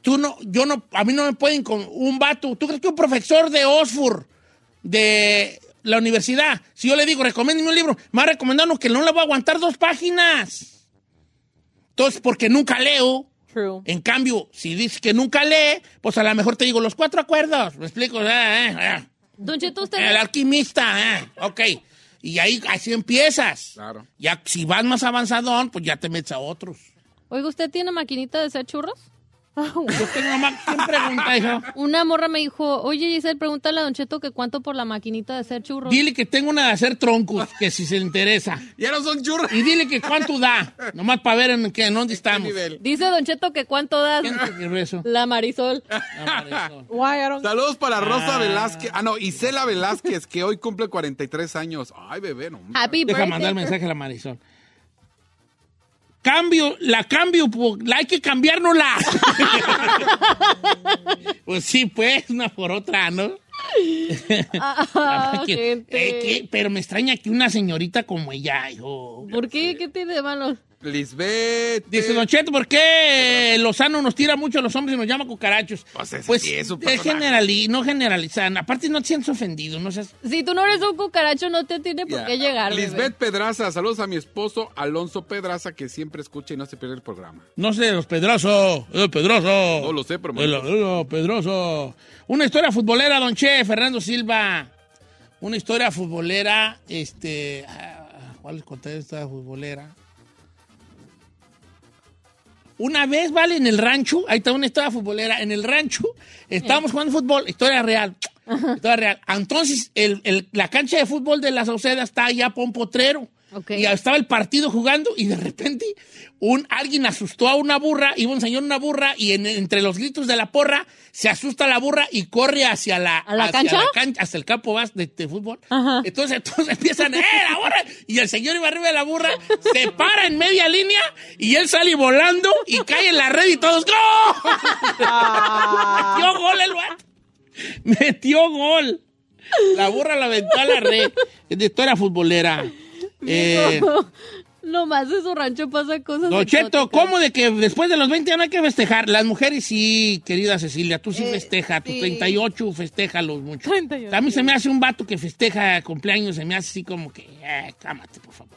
Speaker 4: tú no, yo no, a mí no me pueden con un vato. ¿Tú crees que un profesor de Oxford, de la universidad, si yo le digo, recomiéndeme un libro, me va a recomendar uno que no le va a aguantar dos páginas? Entonces, porque nunca leo.
Speaker 3: True.
Speaker 4: En cambio, si dices que nunca lee, pues a lo mejor te digo los cuatro acuerdos. Me explico. Ah, ah, ah.
Speaker 5: Don Cheto, usted...
Speaker 4: El alquimista, ah, ok. Y ahí así empiezas.
Speaker 6: Claro.
Speaker 4: Ya, si vas más avanzadón, pues ya te metes a otros.
Speaker 5: Oiga, ¿usted tiene maquinita de hacer churros?
Speaker 4: Yo tengo nomás, ¿quién pregunta, hijo?
Speaker 5: Una morra me dijo, oye Giselle, pregúntale a Don Cheto que cuánto por la maquinita de hacer churros.
Speaker 4: Dile que tengo una de hacer troncos, que si se le interesa.
Speaker 6: Ya no son churros.
Speaker 4: Y dile que cuánto da, nomás para ver en, qué, en dónde estamos.
Speaker 6: nivel.
Speaker 5: Dice Don Cheto que cuánto das
Speaker 4: Y rezo.
Speaker 5: la Marisol.
Speaker 3: Why, I don't-
Speaker 6: Saludos para Rosa Velázquez. Ah, no, Isela Velázquez, que hoy cumple 43 años. Ay, bebé, no. hombre.
Speaker 5: Happy
Speaker 4: Deja
Speaker 5: birthday.
Speaker 4: mandar mensaje a la Marisol. Cambio, la cambio, pues, la hay que cambiárnosla. pues sí, pues, una por otra, ¿no?
Speaker 5: Ah,
Speaker 4: Que-
Speaker 5: gente.
Speaker 4: eh, que- pero me extraña que una señorita como ella, hijo.
Speaker 5: ¿Por qué? ¿Qué tiene de malo?
Speaker 6: Lisbeth.
Speaker 4: Dice Don Cheto, ¿por qué Lozano nos tira mucho a los hombres y nos llama cucarachos?
Speaker 6: Pues es-
Speaker 4: Pues
Speaker 6: sí, es un
Speaker 4: es
Speaker 6: personaje.
Speaker 4: generali- no generalizan. Aparte no te sientes ofendido, no seas...
Speaker 5: Si tú no eres un cucaracho, no te tiene por
Speaker 6: Ya.
Speaker 5: qué llegar. bebé.
Speaker 6: Lisbeth Pedraza, saludos a mi esposo Alonso Pedraza, que siempre escucha y no se pierde el programa.
Speaker 4: No sé, los Pedroso, eh, Pedroso.
Speaker 6: No lo sé, pero me
Speaker 4: Eh,
Speaker 6: gusta.
Speaker 4: lo- eh, lo Pedroso. Una historia futbolera, don Che, Fernando Silva. Una historia futbolera, este... ah, ¿Cuál les conté esta futbolera? Una vez, ¿vale? En el rancho, ahí está una historia futbolera. En el rancho estábamos jugando fútbol, historia real. Historia real. Entonces, el- el- la cancha de fútbol de la Sauceda está allá por un potrero.
Speaker 5: Ok.
Speaker 4: Y estaba el partido jugando y de repente un, alguien asustó a una burra, iba un señor en una burra y en- entre los gritos de la porra se asusta la burra y corre hacia la,
Speaker 5: ¿A la
Speaker 4: hacia
Speaker 5: cancha?
Speaker 4: cancha, hasta el campo vas de, de fútbol. Entonces, entonces empiezan, ¡eh, la burra! Y el señor iba arriba de la burra, se para en media línea y él sale volando y cae en la red y todos, ¡gol! Metió gol el vato. Metió gol. La burra la aventó a la red. Es de historia futbolera. Eh,
Speaker 5: Nomás de su rancho pasa cosas.
Speaker 4: Don Cheto,
Speaker 5: exóticas.
Speaker 4: ¿cómo de que después de los 20 ya no hay que festejar? Las mujeres sí, querida Cecilia, tú sí festeja, tus
Speaker 3: sí.
Speaker 4: 38 festéjalos mucho.
Speaker 3: 38.
Speaker 4: A mí se me hace un vato que festeja cumpleaños, se me hace así como que, eh, cámate, por favor.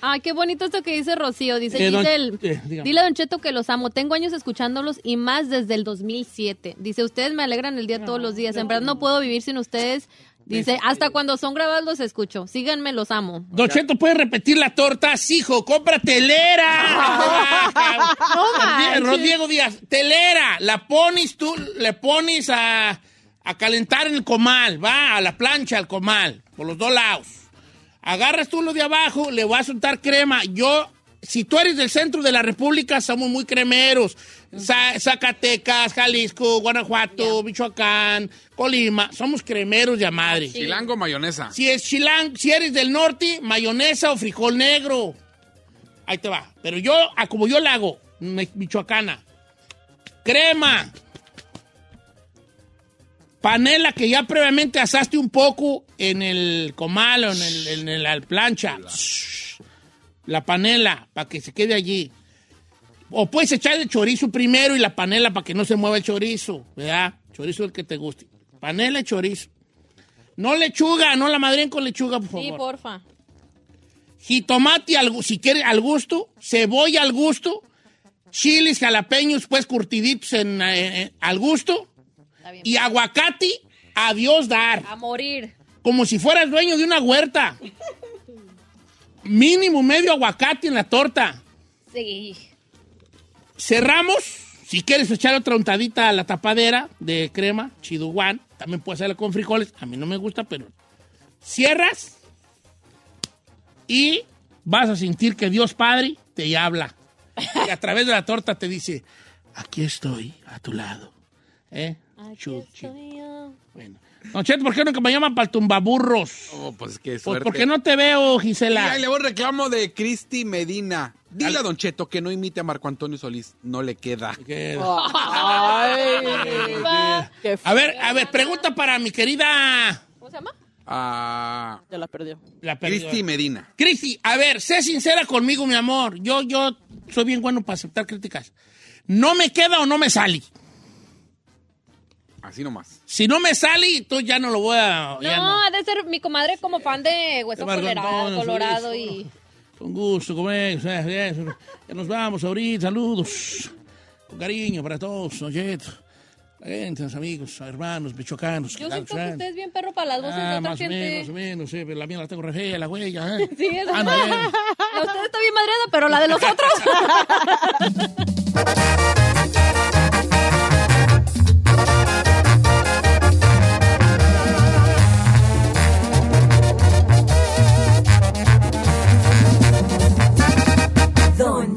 Speaker 5: Ah, qué bonito esto que dice Rocío. Dice
Speaker 4: Eh, don-
Speaker 5: Giselle,
Speaker 4: eh, dígame.
Speaker 5: dile a Don Cheto que los amo. Tengo años escuchándolos y más desde el 2007. Dice, ustedes me alegran el día todos los días. En verdad no puedo vivir sin ustedes. Dice, hasta cuando son grabados los escucho. Síganme, los amo.
Speaker 4: Don Cheto, ¿puedes repetir la torta? Sí, hijo, compra telera. Rodie- Rodrigo Díaz, telera, la pones tú, le pones a, a calentar en el comal, va, a la plancha, al comal, por los dos lados. Agarras tú lo de abajo, le vas a untar crema. Yo, si tú eres del centro de la República, somos muy cremeros. Za- Zacatecas, Jalisco, Guanajuato, Michoacán, Colima, somos cremeros ya madre.
Speaker 6: Chilango mayonesa.
Speaker 4: Si es chilang, si eres del norte, mayonesa o frijol negro. Ahí te va. Pero yo, a como yo la hago, mi- michoacana. crema, panela que ya previamente asaste un poco en el comal o en, el- en el- la plancha. Shh. La panela, para que se quede allí. O puedes echar el chorizo primero y la panela para que no se mueva el chorizo, ¿verdad? Chorizo el que te guste. Panela y chorizo. No lechuga, no la madrien con lechuga, por favor.
Speaker 3: Sí, porfa.
Speaker 4: Jitomate, al, gu- si quiere, al gusto. Cebolla al gusto. Chiles jalapeños, pues curtiditos en, eh, eh, al gusto. Y aguacate a Dios dar.
Speaker 5: A morir.
Speaker 4: Como si fueras dueño de una huerta. Mínimo medio aguacate en la torta.
Speaker 5: Sí.
Speaker 4: Cerramos. Si quieres echar otra untadita a la tapadera de crema, chiduguán. También puedes hacerla con frijoles. A mí no me gusta, pero cierras y vas a sentir que Dios Padre te habla. Y a través de la torta te dice, aquí estoy a tu lado. ¿Eh? Chu- chu- Bueno. Don Cheto, ¿por qué nunca me llaman para el tumbaburros?
Speaker 6: Oh, pues qué
Speaker 4: Pues
Speaker 6: suerte.
Speaker 4: porque no te veo,
Speaker 6: Y
Speaker 4: Gisela.
Speaker 6: ahí le voy un reclamo de Cristi Medina. Dile a Don Cheto que no imite a Marco Antonio Solís. No le queda.
Speaker 5: Oh.
Speaker 3: Ay,
Speaker 4: A ver, a ver, pregunta para mi querida...
Speaker 3: ¿Cómo se llama?
Speaker 6: Ah,
Speaker 3: Ya la perdió.
Speaker 4: La perdió.
Speaker 6: Cristi Medina.
Speaker 4: Cristi, a ver, sé sincera conmigo, mi amor. Yo, yo soy bien bueno para aceptar críticas. No me queda o no me sale.
Speaker 6: Así nomás.
Speaker 4: Si no me sale, entonces ya no lo voy a.
Speaker 5: No,
Speaker 4: ya no.
Speaker 5: ha de ser mi comadre como fan de Hueso
Speaker 4: Marco
Speaker 5: Colorado,
Speaker 4: Antonio,
Speaker 5: colorado
Speaker 4: Solís.
Speaker 5: y...
Speaker 4: Con gusto, como es, eh, eh, Ya nos vamos ahorita. Saludos. Con cariño para todos, Don Cheto. La gente, los amigos, hermanos, michoacanos.
Speaker 5: Yo
Speaker 4: quitanos,
Speaker 5: siento que
Speaker 4: eh.
Speaker 5: usted es bien perro para las voces de
Speaker 4: Ah,
Speaker 5: otra
Speaker 4: más o
Speaker 5: gente.
Speaker 4: menos, más o menos, eh, pero la mía la tengo re fea, la huella. Eh.
Speaker 5: Sí, es
Speaker 4: Ah, no, eh.
Speaker 5: La usted está bien madreada, pero la de los otros.
Speaker 10: Don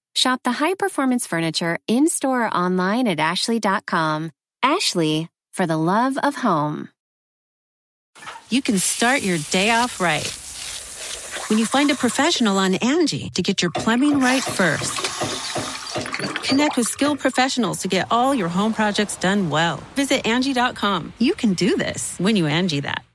Speaker 13: Shop the high performance furniture in store or online at ashley.com. Ashley, for the love of home.
Speaker 14: You can start your day off right. When you find a professional on Angie to get your plumbing right first. Connect with skilled professionals to get all your home projects done well. Visit Angie.com. You can do this when you Angie that.